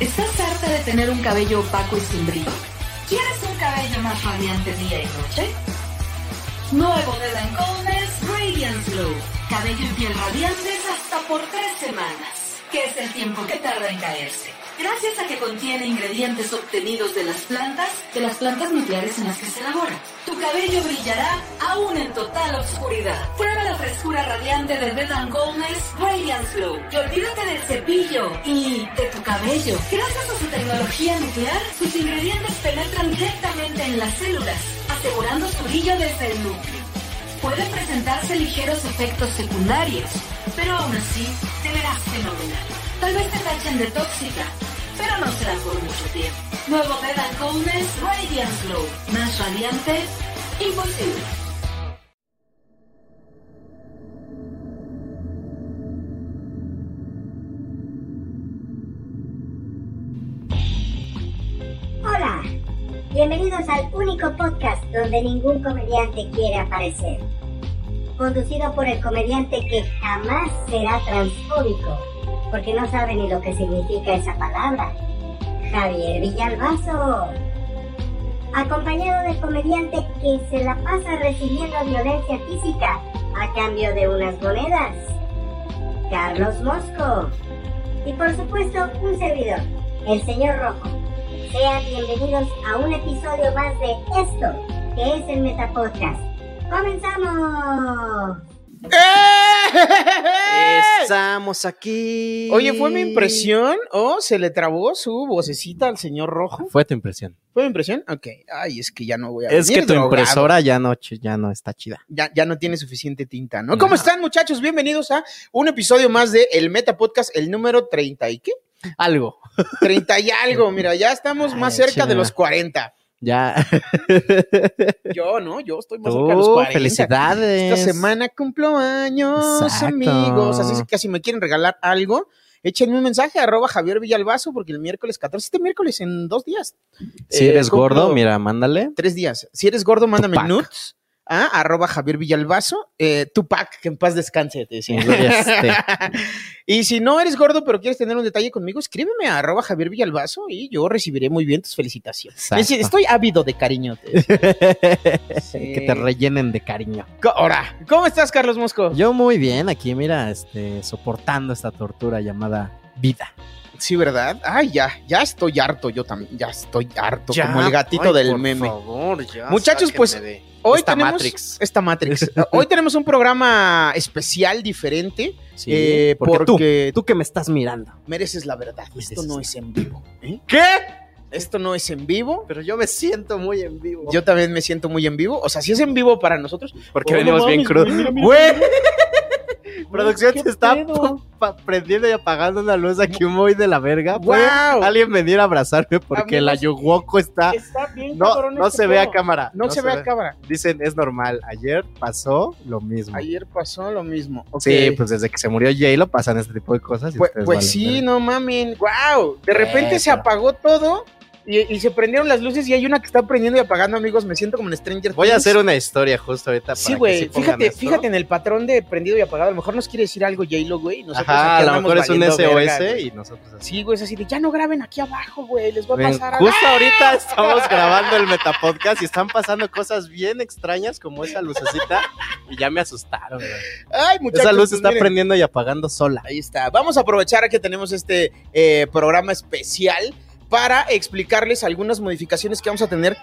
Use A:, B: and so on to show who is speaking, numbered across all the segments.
A: ¿Estás harta de tener un cabello opaco y sin brillo? ¿Quieres un cabello más radiante día y noche? Nuevo de Lancome's Radiance Glow. Cabello y piel radiantes hasta por tres semanas, que es el tiempo que tarda en caerse. Gracias a que contiene ingredientes obtenidos de las plantas, de las plantas nucleares en las que se elabora. Tu cabello brillará aún en total oscuridad. Prueba la frescura radiante de Dead and Gomez Radiance Glow. Y olvídate del cepillo y de tu cabello. Gracias a su tecnología nuclear, sus ingredientes penetran directamente en las células, asegurando su brillo desde el núcleo. Pueden presentarse ligeros efectos secundarios, pero aún así te verás fenomenal. Tal vez te tachen de tóxica, pero no será por mucho tiempo. Nuevo Bedan Coldness Radiance Glow. Más radiante, imposible.
B: Hola, bienvenidos al único podcast donde ningún comediante quiere aparecer. Conducido por el comediante que jamás será transfóbico, porque no sabe ni lo que significa esa palabra, Javier Villalbazo. Acompañado del comediante que se la pasa recibiendo violencia física a cambio de unas monedas, Carlos Mosco. Y por supuesto, un servidor, el señor Rojo. Sean bienvenidos a un episodio más de esto, que es el Metapodcast. ¡Comenzamos!
C: Estamos aquí.
D: ¡Eh! Oye, ¿fue mi impresión o se le trabó su vocecita al señor rojo?
C: Ah. Fue tu impresión.
D: ¿Fue mi impresión? Ok. Ay, es que ya no voy a
C: Es que
D: venir
C: tu
D: drogado.
C: impresora ya no, ch- ya no está chida.
D: Ya, ya no tiene suficiente tinta, ¿no? ¿Cómo están, muchachos? Bienvenidos a un episodio más de El Meta Podcast, el número 30 y qué?
C: Algo.
D: 30 y algo. Mira, ya estamos
C: Ay,
D: más cerca
C: chingada.
D: de los 40.
C: Ya.
D: Yo, ¿no? Yo estoy más cerca de los
C: Tú,
D: 40.
C: felicidades.
D: Esta semana cumplo años,
C: Exacto.
D: amigos. Así es que si me quieren regalar algo, échenme un mensaje arroba Javier Villalbazo, porque el miércoles 14, este miércoles en dos días.
C: Si
D: Eh,
C: eres
D: cumplo
C: gordo, mira, mándale.
D: Tres días. Si eres gordo, mándame
C: Tupac.
D: nudes a arroba Javier Villalbazo, eh, Tupac, que en paz descanse, te decía.
C: Este,
D: y si no eres gordo, pero quieres tener un detalle conmigo, escríbeme a arroba Javier Villalbazo y yo recibiré muy bien tus felicitaciones.
C: Exacto.
D: Es decir, Estoy ávido de cariño. te decía.
C: Que te rellenen de cariño.
D: Co- Ahora, ¿cómo estás, Carlos Mosco?
C: Yo muy bien aquí, mira, este, soportando esta tortura llamada vida.
D: Sí, ¿verdad? Ay, ya, ya estoy harto, yo también, ya estoy harto,
C: Ya,
D: como el gatito
C: ay,
D: del
C: por
D: meme.
C: favor, ya,
D: Muchachos,
C: sáquenme
D: pues,
C: de-
D: Hoy
C: esta
D: tenemos
C: Matrix.
D: esta Matrix. Hoy tenemos un programa especial diferente
C: Sí,
D: eh,
C: porque,
D: porque
C: tú, tú que me estás mirando.
D: mereces la verdad.
C: Mereces
D: Esto no
C: la-
D: es en vivo. ¿eh?
C: ¿Qué?
D: Esto no es en vivo.
C: Pero yo me siento muy en vivo.
D: Yo también me siento muy en vivo. O sea, si es en vivo para nosotros.
C: Porque
D: Oh,
C: venimos
D: no
C: bien
D: mames,
C: crudos.
D: güey, mira, mira,
C: Güey,
D: mira,
C: producción
D: qué
C: se está
D: pedo.
C: pa- prendiendo y apagando una luz aquí muy de la verga. ¿Puede
D: ¡Guau!
C: alguien venir a abrazarme? Porque la
D: Amigos,
C: Yuwoco está...
D: Está bien
C: Ah, No,
D: cabrón
C: no
D: este
C: se ve a
D: pedo.
C: cámara.
D: No, se, ve a cámara.
C: Dicen, es normal. Ayer pasó lo mismo.
D: Ayer pasó lo mismo. Ok.
C: Sí, pues desde que se murió Jay lo pasan este tipo de cosas. y
D: Pues,
C: ustedes
D: pues
C: valen
D: sí,
C: verga.
D: no mamen, wow. De repente
C: Eh,
D: se
C: pero-
D: apagó todo y, y se prendieron las luces y hay una que está prendiendo y apagando, amigos. Me siento como en Stranger
C: Voy a
D: Things.
C: hacer una historia justo ahorita.
D: pues Sí,
C: para que
D: güey,
C: se pongan
D: fíjate,
C: esto.
D: fíjate en el patrón de prendido y apagado. A lo mejor nos quiere decir algo J-Lo, güey. y nosotros
C: Ajá,
D: aquí
C: a lo
D: andamos
C: mejor es un
D: valiendo
C: SOS
D: verga, güey.
C: y nosotros así.
D: Sí, güey, es así de ya no graben aquí abajo, güey. Les va a
C: Ven,
D: pasar algo. ¡Ah!
C: justo ahorita estamos grabando el Metapodcast y están pasando cosas bien extrañas como esa lucecita y ya me asustaron. güey.
D: Ay, muchachos.
C: Esa luz
D: pues
C: está
D: miren,
C: prendiendo y apagando sola.
D: Ahí está. Vamos a aprovechar que tenemos este eh, programa especial para explicarles algunas modificaciones que vamos a tener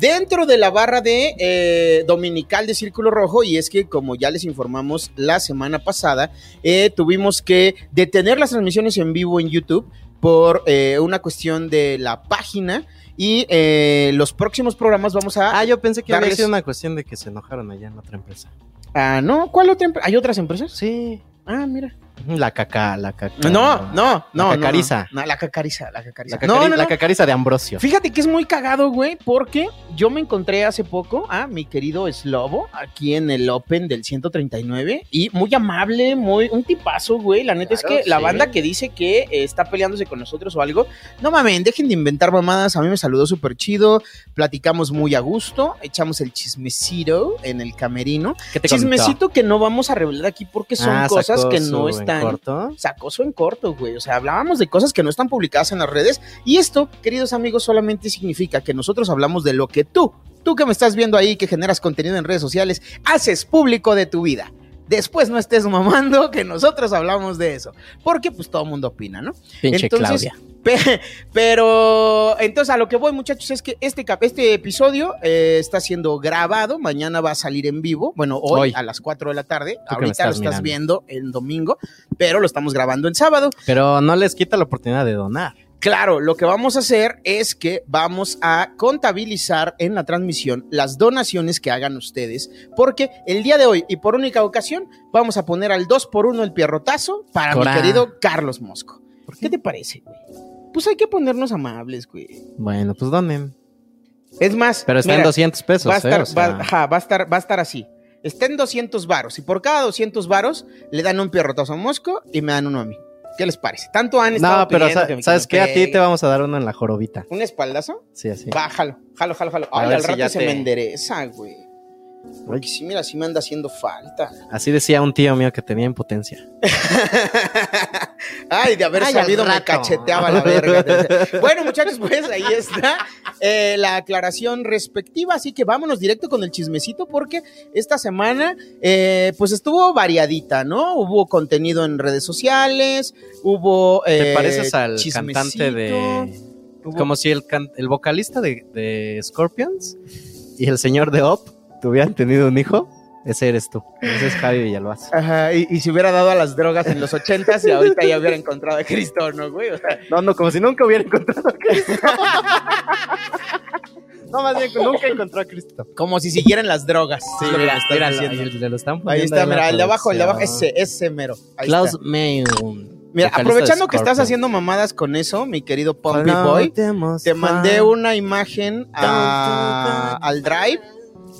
D: dentro de la barra de eh, Dominical de Círculo Rojo. Y es que, como ya les informamos la semana pasada, eh, tuvimos que detener las transmisiones en vivo en YouTube por eh, una cuestión de la página. Y eh, los próximos programas vamos a...
C: Ah, yo pensé que había
D: darles-
C: sido una cuestión de que se enojaron allá en la otra empresa.
D: Ah, no, ¿cuál otra empresa? ¿Hay otras empresas?
C: Sí.
D: Ah, mira.
C: La caca, la caca.
D: No, no, no.
C: La cacariza.
D: No, no. No, la cacariza, la cacariza.
C: La, cacari-
D: no, no,
C: la
D: no.
C: cacariza de Ambrosio.
D: Fíjate que es muy cagado, güey, porque yo me encontré hace poco a mi querido Slobo aquí en el Open del 139 y muy amable, muy un tipazo, güey. La neta
C: Claro,
D: es que la
C: sí.
D: banda que dice que eh, está peleándose con nosotros o algo, no mamen, dejen de inventar mamadas. A mí me saludó súper chido, platicamos muy a gusto, echamos el chismecito en el camerino.
C: ¿Qué te contó?
D: Chismecito que no vamos a revelar aquí porque son
C: Ah,
D: cosas
C: sacó
D: que
C: su
D: no
C: en
D: están
C: corto.
D: sacó su en corto, güey. O sea, hablábamos de cosas que no están publicadas en las redes. Y esto, queridos amigos, solamente significa que nosotros hablamos de lo que tú, tú que me estás viendo ahí, que generas contenido en redes sociales, haces público de tu vida. Después no estés mamando que nosotros hablamos de eso. Porque pues todo el mundo opina, ¿no?
C: Pinche
D: Entonces,
C: Claudia.
D: Pe- Pero entonces a lo que voy muchachos es que este, cap- este episodio eh, está siendo grabado, mañana va a salir en vivo, bueno, hoy,
C: Hoy.
D: a las 4 de la tarde,
C: me
D: ahorita lo
C: estás
D: estás
C: mirando.
D: viendo en domingo, pero lo estamos grabando en sábado.
C: Pero no les quita la oportunidad de donar.
D: Claro, lo que vamos a hacer es que vamos a contabilizar en la transmisión las donaciones que hagan ustedes, porque el día de hoy y por única ocasión vamos a poner al 2 por 1 el pierrotazo para
C: Corá.
D: mi querido Carlos Mosco. ¿Qué te parece, güey? Pues hay que ponernos amables, güey.
C: Bueno, pues donen.
D: Es más,
C: Pero están
D: mira,
C: 200 pesos,
D: va a
C: ¿eh?
D: estar,
C: O sea,
D: va, ajá, va a estar, va a estar así. Está en 200 varos y por cada 200 varos le dan un pierrotazo a Mosco y me dan uno a mí. ¿Qué les parece? Tanto han estado
C: no, pero
D: pidiendo
C: sa-
D: que me- que
C: ¿sabes
D: me
C: qué? A ti
D: pegue.
C: te vamos a dar uno en la jorobita.
D: ¿Un espaldazo?
C: Sí, así.
D: Bájalo, jalo, jalo, jalo.
C: A
D: Ay,
C: ver
D: al
C: si
D: rato
C: ya
D: se
C: te-
D: me endereza, güey. Porque sí, mira, sí me anda haciendo falta.
C: Así decía un tío mío que tenía impotencia.
D: Ay, de haber
C: Ay, al
D: sabido me
C: rato.
D: cacheteaba la verga. Bueno, muchachos, pues ahí está eh, la aclaración respectiva. Así que vámonos directo con el chismecito porque esta semana eh, pues estuvo variadita, ¿no? Hubo contenido en redes sociales, hubo...
C: ¿Te
D: eh,
C: pareces al
D: chismecito,
C: cantante de...
D: hubo-
C: Como si el, can- el vocalista de, de Scorpions y el señor de Op tuvieran tenido un hijo. Ese eres tú. Ese es Javi Villalbazo.
D: Ajá, y, y si hubiera dado a las drogas en los ochentas y ahorita ya hubiera encontrado a Cristo, ¿no, güey? O sea,
C: No, no, como si nunca hubiera encontrado a Cristo. no, más bien, nunca encontró a Cristo.
D: Como si siguieran las drogas. es lo que me estás diciendo.
C: ahí le lo están
D: Ahí
C: poniendo
D: está,
C: en la
D: mira, el de abajo, el de abajo,
C: producción.
D: ese, ese mero. Ahí
C: Klaus
D: está.
C: Mayun.
D: Mira, aprovechando que estás haciendo mamadas con eso, mi querido Pompey Boy, te mandé una imagen a- al Drive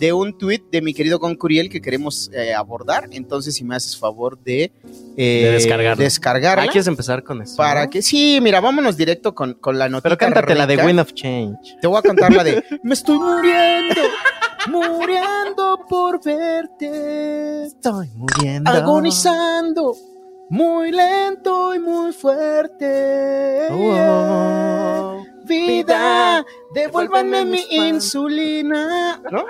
D: de un tweet de mi querido Concuriel que queremos eh, abordar. Entonces, si me haces favor de, eh,
C: De descargarla.
D: descargarla
C: Ah, quieres empezar con eso.
D: para que sí, mira, vámonos directo con, con la notita.
C: Pero cántate la de
D: rica.
C: Wind of Change.
D: Te voy a cantar la de Me estoy muriendo, muriendo por verte,
C: Estoy muriendo.
D: agonizando muy lento y muy fuerte.
C: Oh, oh.
D: Vida, devuélvanme
C: devuélvanme
D: mi
C: mis pan.
D: insulina. ¿No?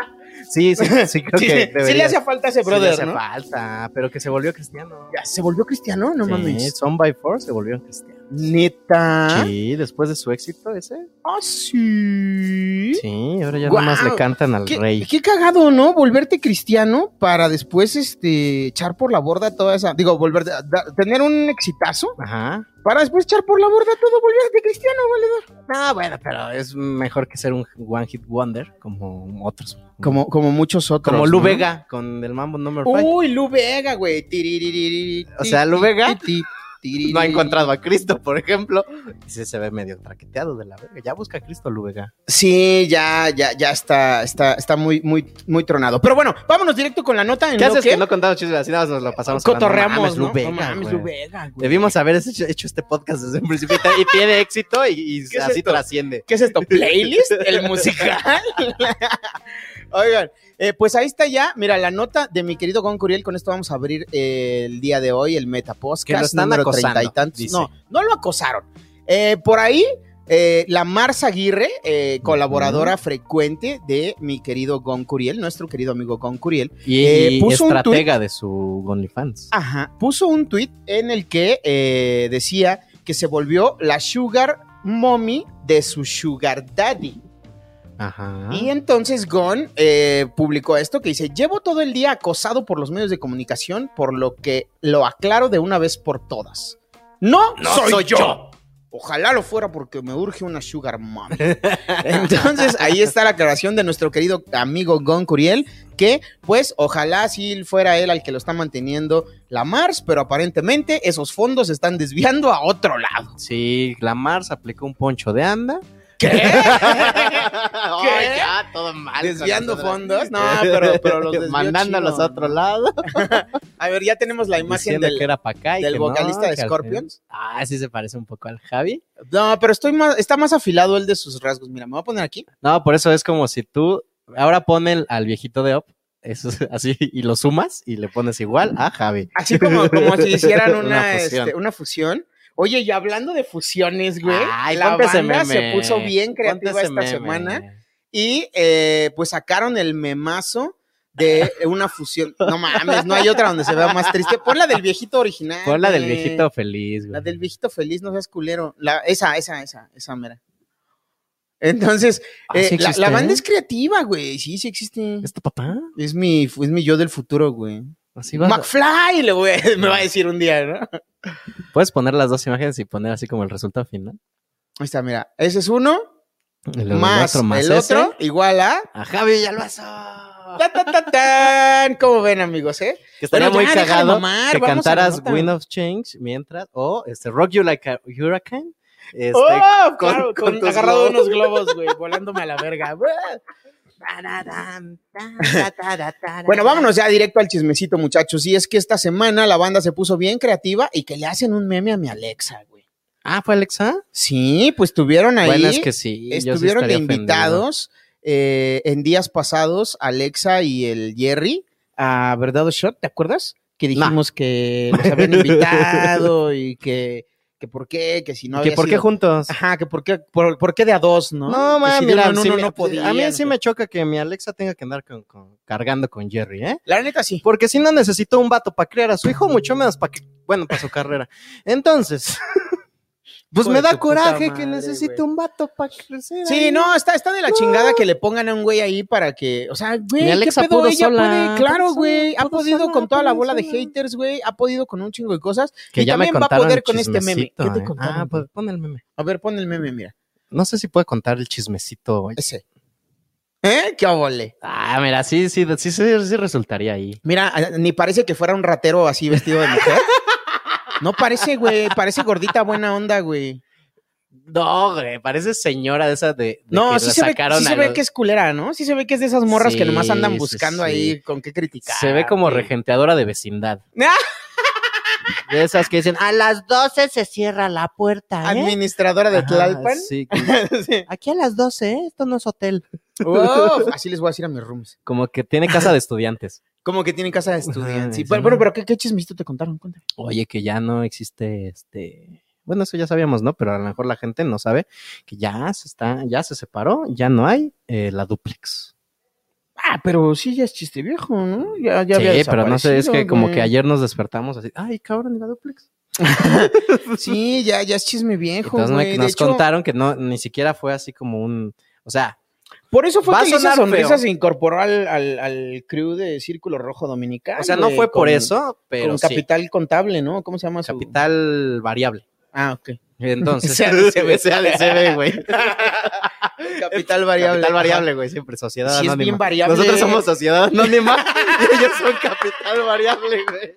C: Sí, sí, sí, creo
D: Sí,
C: que
D: sí, sí le
C: deberías.
D: hacía falta a ese
C: Sí
D: brother,
C: le hace
D: ¿no?
C: falta, pero que se volvió cristiano.
D: Ya, se volvió cristiano, no
C: Sí,
D: mames. Ah.
C: Son by Four se volvió cristiano.
D: Neta.
C: Sí, después de su éxito ese.
D: Ah, sí.
C: Sí, ahora ya
D: Guau.
C: nomás le cantan al
D: ¿Qué,
C: rey.
D: qué cagado, ¿no? Volverte cristiano para después este, echar por la borda toda esa. Digo, volver, da- tener un exitazo
C: Ajá.
D: para después echar por la borda todo, volverte cristiano, valedor.
C: No, bueno, pero es mejor que ser un One Hit Wonder como otros.
D: Como, como muchos otros.
C: Como Lu
D: ¿no?
C: Vega con el Mambo Number 5.
D: Uy, Lu Vega, güey. Tiriririri,
C: O sea, Lu Vega
D: ti, ti, tiriririri.
C: no ha encontrado a Cristo, por ejemplo. Y sí se ve medio traqueteado de la verga. Ya busca a Cristo Lu Vega.
D: Sí, ya, ya, ya está, está, está muy, muy, muy tronado. Pero bueno, vámonos directo con la nota. En
C: ¿Qué
D: lo
C: haces que no contamos chismes? Así nada más nos lo pasamos. hablando.
D: cotorreamos, ¿no?
C: No mames, Lu
D: No
C: Vega,
D: mames,
C: güey.
D: Lu Vega, güey.
C: Debimos haber hecho, hecho este podcast desde un principio y tal, y tiene éxito y, y
D: ¿Qué es
C: así
D: esto?
C: trasciende.
D: ¿Qué es esto? ¿Playlist? ¿El musical? Oigan, eh, pues ahí está ya, mira, la nota de mi querido Gon Curiel, con esto vamos a abrir eh, el día de hoy, el Metapodcast
C: Que lo están
D: número
C: acosando,
D: treinta y tantos.
C: dice.
D: No, no lo acosaron. Eh, por ahí, eh, la Marza Aguirre, eh, colaboradora frecuente de mi querido Gon Curiel, nuestro querido amigo Gon Curiel,
C: Y,
D: Eh, puso un Ah.
C: estratega de su OnlyFans.
D: Ajá. Puso un tweet en el que eh, decía que se volvió la sugar mommy de su sugar daddy.
C: Ajá.
D: Y entonces Gon eh, publicó esto que dice, llevo todo el día acosado por los medios de comunicación, por lo que lo aclaro de una vez por todas. No, soy, yo. Ojalá lo fuera porque me urge una sugar mom. Entonces, ahí está la aclaración de nuestro querido amigo Gon Curiel, que pues ojalá sí fuera él al que lo está manteniendo la Mars, pero aparentemente esos fondos se están desviando a otro lado.
C: Sí, la Mars aplicó un poncho de anda.
D: ¿Qué?
C: Ay, ya, todo mal.
D: ¿Desviando
C: Con
D: fondos?
C: nosotros.
D: No, pero, pero los desvió
C: Mandándolos
D: chido.
C: a otro lado.
D: A ver, ya tenemos la imagen
C: Diciendo
D: del,
C: que era para acá. y
D: del
C: que no,
D: vocalista de
C: que al-
D: Scorpions.
C: Ah, sí se parece un poco al Javi.
D: No, pero estoy más, está más afilado el de sus rasgos. Mira, me voy a poner aquí.
C: No, por eso es como si tú ahora ponen al viejito de Op, eso es así, y lo sumas y le pones igual a Javi.
D: Así como, como si hicieran una,
C: Una fusión.
D: este, una fusión. Oye, y hablando de fusiones, güey,
C: Ay,
D: la
C: ponte ese
D: banda se
C: meme,
D: puso bien
C: ponte
D: creativa
C: ese
D: esta
C: meme.
D: semana y eh, pues sacaron el memazo de una fusión. No mames, no hay otra donde se vea más triste. Pon la del viejito original.
C: Pon la del
D: güey.
C: viejito feliz, güey.
D: Eh, La del viejito feliz, no seas culero. La, esa, esa, esa, esa, mira. Entonces,
C: Ah,
D: eh,
C: ¿sí
D: la, la
C: existe?
D: banda es creativa, güey. Sí, sí existe.
C: ¿Es tu papá?
D: Es mi, es mi yo del futuro, güey.
C: Así vas a-
D: McFly, le voy a- me va a decir un día, ¿no?
C: Puedes poner las dos imágenes y poner así como el resultado final.
D: Ahí está, mira. Ese es uno,
C: Y luego el
D: más,
C: otro, más
D: el
C: ese.
D: otro, igual a.
C: A Javi Villalbazo.
D: Ta, ta, ta, tan. ¿Cómo ven, amigos, eh?
C: Que estaría
D: Bueno, ya,
C: muy
D: deja de
C: cagado
D: mamar,
C: que
D: vamos a la
C: cantaras
D: nota.
C: Wind of Change mientras, o este, Rock You Like a Hurricane. Este,
D: ¡Oh!
C: con-
D: claro,
C: con
D: con-
C: tus
D: agarrado
C: globos.
D: unos globos, güey, volándome a la verga. Bueno, vámonos ya directo al chismecito, muchachos. Y es que esta semana la banda se puso bien creativa y que le hacen un meme a mi Alexa, güey.
C: Ah, fue Alexa.
D: Sí, pues tuvieron ahí.
C: Bueno, es que sí. yo sí
D: estuvieron de
C: estaría ofendido.
D: invitados eh, en días pasados Alexa y el Jerry a Verdad o Shot, ¿te acuerdas? Que dijimos que los habían invitado y que, que por qué, que si no
C: ¿Que
D: había
C: ¿Por qué
D: sido-
C: juntos?
D: Ajá, que por qué, por, por qué de a dos, ¿no?
C: No,
D: Que
C: mami,
D: si de
C: mira,
D: uno en
C: si
D: uno
C: me-
D: no podía.
C: a mí sí me choca que mi Alexa tenga que andar con- con- cargando con Jerry, ¿eh?
D: La neta sí.
C: Porque si no necesito un vato para criar a su hijo, mucho menos para que, bueno, para su carrera. Entonces, pues
D: Hijo
C: me
D: de
C: da
D: tu puta
C: coraje que
D: madre,
C: necesite
D: güey.
C: un vato para crecer.
D: Sí,
C: ahí.
D: no, está, está de la
C: No.
D: chingada que le pongan a un güey ahí para que, o sea, güey,
C: Mi
D: ¿qué
C: Alexa
D: pedo?
C: pudo
D: Ella
C: sola,
D: puede,
C: pudo
D: claro,
C: sola,
D: güey, ha
C: pudo
D: podido
C: sola,
D: con toda la
C: pudo
D: bola de
C: sola.
D: haters, güey, ha podido con un chingo de cosas.
C: Que
D: y
C: ya me
D: también va a
C: contaron
D: poder
C: el
D: con este meme.
C: chismecito,
D: ¿Qué te
C: ¿eh?
D: contaron?
C: Ah, pues pon el meme.
D: A ver, pon el meme, mira,
C: No sé si puede contar el chismecito. güey.
D: ese. ¿Eh? ¡Qué obole!
C: Ah, mira, sí, sí, sí, sí, sí resultaría ahí.
D: Mira, a- ni parece que fuera un ratero así vestido de mujer. No parece, güey, parece gordita buena onda, güey.
C: No, güey, parece señora de esas de, de
D: No,
C: que
D: sí
C: la
D: se, ve,
C: sacaron
D: sí
C: a
D: se ve
C: los-
D: que es culera, ¿no? Sí se ve que es de esas morras que nomás
C: Sí,
D: andan
C: sí,
D: buscando
C: sí.
D: ahí con qué criticar.
C: Se ve como
D: güey.
C: regenteadora de vecindad. De esas que dicen, "Ah, a las 12 se cierra la puerta. ¿eh?
D: Administradora de
C: Ajá,
D: Tlalpan.
C: sí.
D: Ah, Sí.
C: Aquí a las 12, ¿eh? esto no es hotel.
D: Uf, así les voy a decir a mis rooms.
C: Como que tiene casa de estudiantes.
D: Como que tienen casa de estudiantes.
C: Ajá,
D: Sí, pero,
C: sí.
D: bueno, pero ¿qué, qué chismecito te contaron? Cuéntame.
C: Oye, que ya no existe este. Bueno, eso ya sabíamos, ¿no? Pero a lo mejor la gente no sabe que ya se está, ya se separó, ya no hay eh, la duplex.
D: Ah, pero sí, ya es chiste viejo, ¿no? Ya, ya
C: sí,
D: había
C: pero no sé, es que
D: desaparecido,
C: como
D: güey.
C: que ayer nos despertamos así, ay, cabrón, ¿y la duplex.
D: Sí, ya, ya es chisme viejo,
C: Entonces me-
D: güey. De
C: nos
D: hecho,
C: contaron que no, ni siquiera fue así como un, o sea,
D: por eso fue
C: Va a
D: que esa
C: sonar
D: sonrisa
C: feo.
D: se incorporó al, al, al crew de Círculo Rojo Dominicano.
C: o sea, no fue por eso, pero
D: con
C: sí,
D: Capital Contable, ¿no? ¿Cómo se llama su...?
C: capital variable.
D: Ah, ok.
C: Entonces,
D: Se ha de- se ve.
C: Se ha de- se ve, güey.
D: Capital variable.
C: Capital variable, güey, siempre. Sociedad
D: Sí, es
C: anónima.
D: bien variable.
C: Nosotros somos sociedad anónima y ellos son capital variable, güey.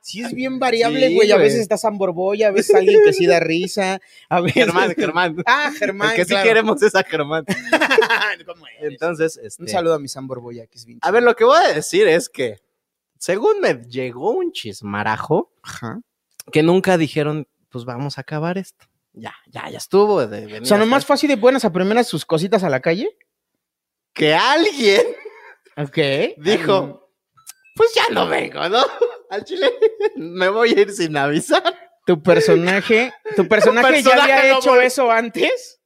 D: Sí, es bien variable,
C: Sí,
D: güey. a
C: güey.
D: veces está Zamborboya, a veces alguien que sí da risa. A veces...
C: Germán, Germán.
D: Ah, Germán.
C: Porque sí
D: claro.
C: queremos esa Germán.
D: ¿Cómo eres?
C: Entonces, este,
D: Un saludo a mi Zamborboya, que es bien
C: A ver, lo que voy a decir es que, según me llegó un chismarajo,
D: Ajá.
C: que nunca dijeron, pues vamos a acabar esto. Ya, ya, ya estuvo. De venir
D: O sea,
C: hasta-
D: nomás fue así de buenas a primeras sus cositas a la calle.
C: que alguien
D: Ok.
C: dijo, pues ya no vengo, ¿no? Al chile me voy a ir sin avisar.
D: Tu personaje, tu personaje,
C: personaje
D: ya había
C: no
D: hecho
C: vol-
D: eso antes.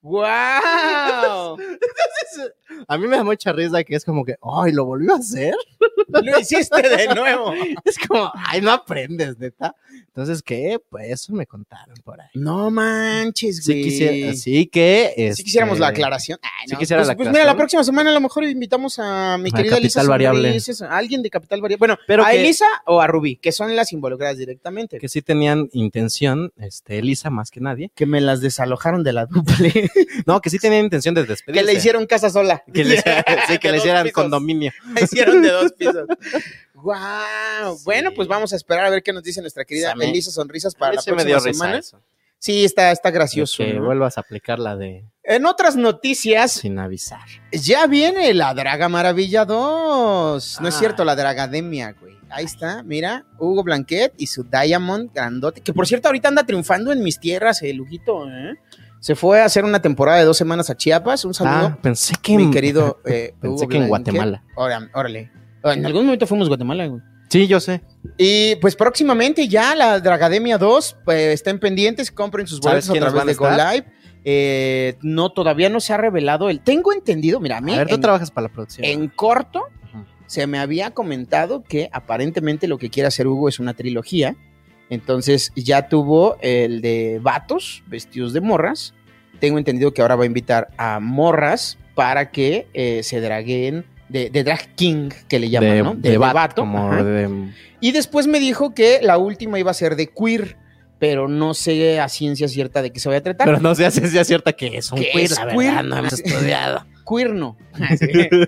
D: ¡Wow!
C: Entonces, A mí me da mucha risa que es como que, ay, lo volvió a hacer.
D: Lo hiciste de nuevo.
C: Es como, ay, no aprendes, neta. Entonces, ¿qué? Pues eso me contaron por ahí.
D: No manches,
C: Sí,
D: güey.
C: quisiera, así que.
D: Si quisiéramos
C: este,
D: la aclaración. Ay,
C: sí quisiera
D: pues,
C: la
D: pues mira, la
C: aclaración.
D: próxima semana a lo mejor invitamos a mi
C: A
D: querida Elisa.
C: Capital Variable.
D: Sonrises, a alguien de Capital Variable. Bueno,
C: Pero
D: a
C: que-
D: Elisa o a Rubí, que son las involucradas directamente.
C: Que sí tenían intención, este, Elisa más que nadie.
D: Que me las desalojaron de la duple.
C: No, que sí tenían intención de despedirse.
D: que le hicieron casa sola.
C: Que le, sí, que
D: De
C: le
D: dos
C: hicieran
D: pisos.
C: condominio.
D: La hicieron de dos pisos. ¡Guau!
C: Sí.
D: Bueno, pues vamos a esperar a ver qué nos dice nuestra querida
C: Sí, a mí-
D: Elisa Sonrisas
C: A
D: para
C: mí
D: la
C: sí me dio
D: próxima
C: risa
D: semana.
C: eso.
D: Sí, está, está gracioso.
C: Que
D: ¿no?
C: vuelvas a aplicar la de
D: En otras noticias,
C: sin avisar.
D: ya viene la Draga Maravilla 2. No es
C: Ah.
D: cierto, la Dragademia, güey. Ahí está, mira, Hugo Blanquet y su Diamond grandote, que por cierto ahorita anda triunfando en mis tierras, el Lujito, ¿eh? Se fue a hacer una temporada de dos semanas a Chiapas. Un saludo,
C: Ah, pensé que.
D: mi querido eh,
C: Pensé
D: Hugo
C: que en
D: Blanquet.
C: Guatemala.
D: Órale, órale. En algún momento fuimos a Guatemala, güey.
C: Sí, yo sé.
D: Y pues próximamente ya la Dragademia 2, pues, estén pendientes, compren sus
C: ¿Sabes
D: boletos a
C: quiénes
D: través de Go
C: van a
D: Live. Eh, no, todavía no se ha revelado el. Tengo entendido, mira, a mí
C: A ver, tú
D: en,
C: trabajas para la producción.
D: en corto
C: Ajá.
D: se me había comentado que aparentemente lo que quiere hacer Hugo es una trilogía. Entonces ya tuvo el de vatos vestidos de morras. Tengo entendido que ahora va a invitar a morras para que eh, se dragueen de, de drag king, que le llaman,
C: de,
D: ¿no?
C: de vato, como
D: ajá.
C: de-
D: Y después me dijo que la última iba a ser de queer, pero no sé a ciencia cierta de qué se vaya a tratar.
C: Pero no sé si es cierta que es un
D: ¿Qué
C: queer,
D: es
C: la
D: queer?
C: verdad, no hemos estudiado.
D: Queer no.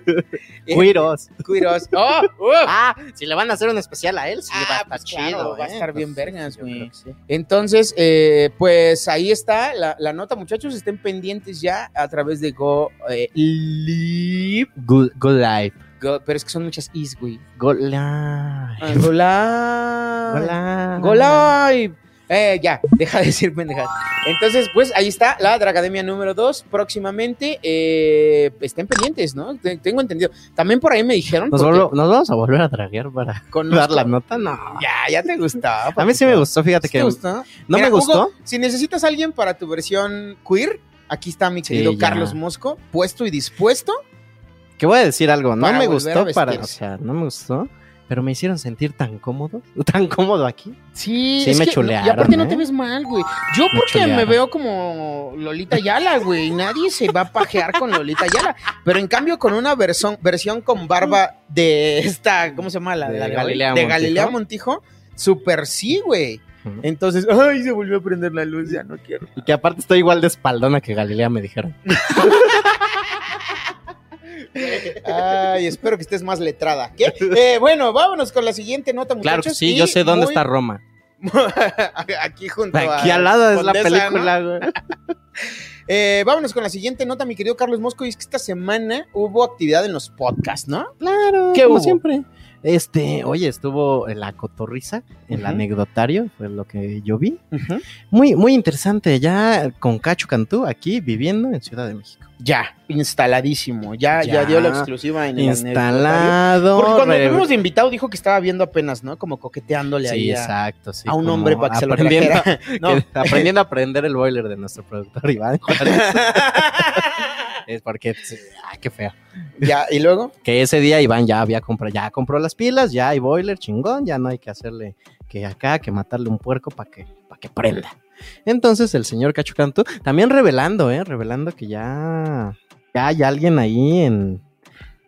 C: Queeros.
D: Queeros. ¡Oh! ¡Uf!
C: Ah, si le van a hacer un especial a él, sí
D: Ah,
C: va a estar
D: pues
C: chido.
D: claro, va a
C: ¿eh?
D: estar bien
C: Entonces,
D: vergas,
C: yo
D: güey.
C: creo que sí.
D: Entonces, eh, pues ahí está la, la nota, muchachos. Estén pendientes ya a través de Go eh, Live.
C: Good, good life.
D: Go- pero es que son muchas is, güey.
C: Good life.
D: Ah, Go Live.
C: life.
D: ¡Go Live! Eh, ya, deja de decir pendejadas. Entonces, pues ahí está la Dracademia número 2. Próximamente eh, estén pendientes, ¿no? Te- Tengo entendido. También por ahí me dijeron.
C: Nos,
D: porque
C: volvo- nos vamos a volver Pues a traguear para
D: conozco-
C: dar la nota. No.
D: Ya, ya te gustaba.
C: A mí sí me gustó, fíjate que.
D: te gustó?
C: No
D: Mira,
C: me gustó.
D: Hugo, si necesitas a alguien para tu versión queer, aquí está mi querido
C: ya.
D: Carlos Mosco, puesto y dispuesto.
C: Que voy a decir algo. No
D: Para
C: me
D: volver a
C: gustó para. O
D: vestirse.
C: sea, no me gustó. Pero me hicieron sentir tan cómodo. Tan cómodo aquí.
D: Sí,
C: Sí, me
D: no-
C: chulearon,
D: y aparte no
C: ¿eh?
D: te ves mal, güey. Yo
C: Me
D: porque me
C: chulearon.
D: veo como Lolita Yala, güey. Nadie se va a pajear con Lolita Yala. Pero en cambio con una versión, versión con barba de esta, ¿cómo se llama? La
C: De
D: la hoy?
C: Galilea
D: de
C: Montijo.
D: Galilea Montijo. Super sí, güey.
C: Ujú.
D: Entonces, ay, se volvió a prender la luz, ya no quiero.
C: Y que aparte estoy igual de espaldona que Galilea, me dijeron.
D: Ay, espero que estés más letrada. ¿Qué? Eh, bueno, vámonos con la siguiente nota, muchachos.
C: Claro que sí,
D: y
C: yo sé dónde
D: muy-
C: está Roma.
D: Aquí junto
C: Aquí
D: a
C: al lado es la
D: Condesa, ¿no?
C: película, güey.
D: Eh, vámonos con la siguiente nota, mi querido Carlos Mosco, y es que esta semana hubo actividad en los podcasts, ¿no?
C: Claro,
D: ¿Qué
C: como
D: hubo?
C: siempre. Este, oye, estuvo la cotorriza, el
D: Ujú.
C: anecdotario, fue lo que yo vi. Muy, muy interesante, ya con Cacho Cantú aquí viviendo en Ciudad de México.
D: Ya, instaladísimo, ya, ya,
C: Ya.
D: dio la exclusiva en el anecdotario.
C: Instalado.
D: Porque cuando
C: re-
D: tuvimos de invitado dijo que estaba viendo apenas, ¿no? Como coqueteándole ahí
C: Sí,
D: a-
C: exacto, sí.
D: a un
C: como
D: hombre para que se lo
C: aprendiendo,
D: trajera. No.
C: que- aprendiendo a aprender el boiler de nuestro productor Iván. es porque, sí, ay, qué feo.
D: ya, y luego,
C: que ese día Iván ya había comprado, ya compró las pilas, ya hay boiler chingón, ya no hay que hacerle que acá, que matarle un puerco para que, pa' que prenda. Entonces el señor Cacho Cantú, también revelando, ¿eh? Revelando que ya, ya hay alguien ahí en,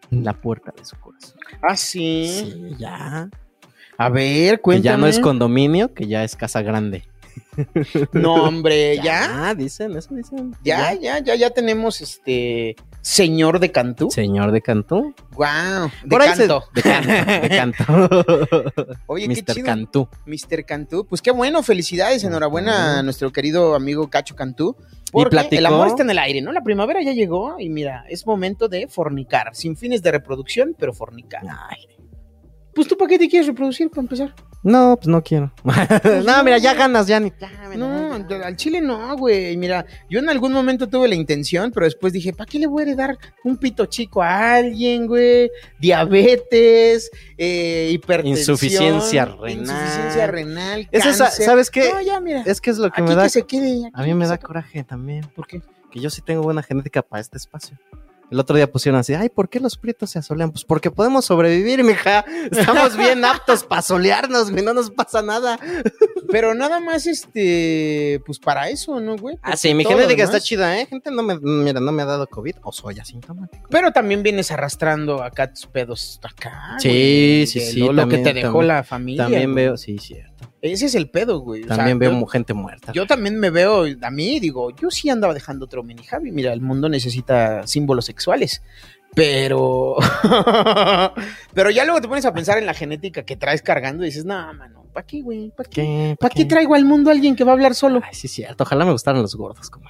C: en la puerta de su corazón.
D: ah, sí.
C: Sí, ya.
D: A ver,
C: Que
D: cuéntame.
C: ya no es condominio, que ya es casa grande.
D: No, hombre, ya,
C: Ah, dicen, eso dicen.
D: ya, ya, ya, ya tenemos este señor de Cantú.
C: Señor de Cantú.
D: Wow, de
C: Por ahí se-
D: Canto.
C: de Canto. De Canto.
D: Oye, qué
C: Mr.
D: chido.
C: Cantú.
D: Mr. Cantú, pues qué bueno, felicidades, enhorabuena a nuestro querido amigo Cacho Cantú. Porque
C: platicó-
D: el amor está en el aire, ¿no? La primavera ya llegó y mira, es momento de fornicar, sin fines de reproducción, pero fornicar.
C: Ay,
D: Pues tú, ¿para qué te quieres reproducir para empezar?
C: No, pues no quiero. Pues no, mira, ya ganas, ya ni.
D: No, al chile no, güey. Mira, yo en algún momento tuve la intención, pero después dije, ¿para qué le voy a heredar un pito chico a alguien, güey? Diabetes, eh, hipertensión.
C: Insuficiencia renal.
D: Insuficiencia renal.
C: Es esa-
D: cáncer.
C: ¿sabes qué?
D: No, ya, mira.
C: Es que es lo que
D: Aquí
C: me da.
D: que se quede.
C: A mí me da coraje también,
D: ¿Por qué?
C: que yo sí tengo buena genética para este espacio. El otro día pusieron así, ay, ¿por qué los prietos se asolean? Pues porque podemos sobrevivir, mija. Estamos bien aptos para solearnos, güey, no nos pasa nada.
D: Pero nada más, este, pues para eso, ¿no, güey?
C: Ah, sí, mi
D: Todo lo
C: genética está
D: demás.
C: chida, ¿eh? Gente, no me, mira, no me ha dado COVID o soy asintomático.
D: Pero también vienes arrastrando acá tus pedos acá.
C: Sí,
D: güey,
C: sí,
D: de
C: sí,
D: Lo, lo
C: también,
D: que te dejó
C: también.
D: la familia.
C: También
D: güey.
C: veo, sí, cierto.
D: Ese es el pedo, güey. O sea,
C: También
D: yo-
C: veo gente muerta.
D: Yo también me veo a mí, digo, yo sí andaba dejando otro mini Javi. Mira, el mundo necesita símbolos sexuales. Pero. pero ya luego te pones a pensar en la genética que traes cargando y dices, no, mano, ¿para qué, güey? ¿Para qué?
C: ¿Qué?
D: ¿Para qué traigo al mundo a alguien que va a hablar solo?
C: Ay, sí, cierto. Ojalá me gustaran los gordos. Como...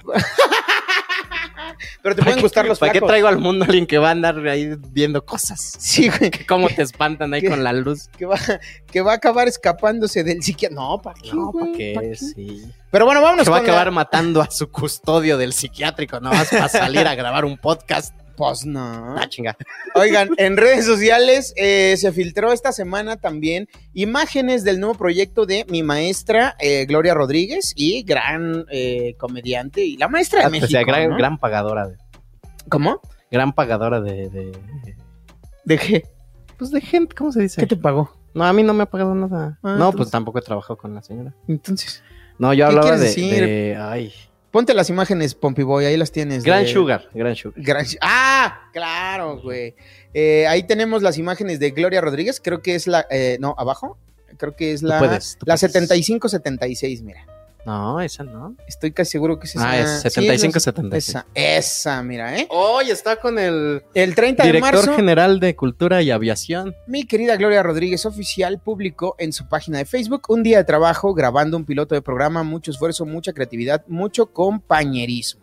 D: Pero te pueden gustar los
C: ¿Para qué
D: flacos.
C: traigo al mundo a alguien que va a andar ahí viendo cosas?
D: Sí, güey.
C: Que ¿Cómo te espantan ahí
D: ¿Qué?
C: con la luz?
D: Que va, que va a acabar escapándose del psiquiatra. No, ¿para qué?
C: No, ¿para
D: güey?
C: qué?
D: ¿Pa' qué?
C: Sí.
D: Pero bueno, vámonos
C: Se va a
D: con la-
C: acabar matando a su custodio del psiquiátrico, no vas para salir a grabar un podcast.
D: Pues no.
C: Ah, chinga.
D: Oigan, en redes sociales eh, se filtró esta semana también imágenes del nuevo proyecto de mi maestra eh, Gloria Rodríguez y gran eh, comediante y la maestra de
C: Ah,
D: México.
C: o sea, gran,
D: ¿no?
C: gran pagadora. de-
D: ¿Cómo?
C: gran pagadora de, de- de-
D: ¿De qué?
C: Pues de gente, ¿cómo se dice?
D: ¿Qué te pagó?
C: No, a mí no me ha pagado
D: Ah,
C: nada. no,
D: entonces-
C: pues tampoco he trabajado con la señora.
D: Entonces,
C: No, yo
D: ¿Qué
C: hablaba de,
D: quieres decir?
C: de- Ay.
D: ponte las imágenes, Pompey Boy, ahí las tienes.
C: Gran
D: de-
C: Sugar, Gran Sugar.
D: Gran- Ah, claro, güey. Eh, ahí tenemos las imágenes de Gloria Rodríguez, creo que es la... eh, no, abajo, creo que es
C: Tú
D: la...
C: puedes, tú
D: la
C: puedes.
D: 75-76, mira.
C: No, esa no.
D: Estoy casi seguro que es esa.
C: Ah, es
D: Sí,
C: 75,
D: los-
C: 76.
D: Esa, esa, mira, ¿eh?
C: Hoy está con el
D: El 30 de
C: director
D: marzo,
C: general de Cultura y Aviación.
D: mi querida Gloria Rodríguez Oficial publicó en su página de Facebook un día de trabajo grabando un piloto de programa, mucho esfuerzo, mucha creatividad, mucho compañerismo.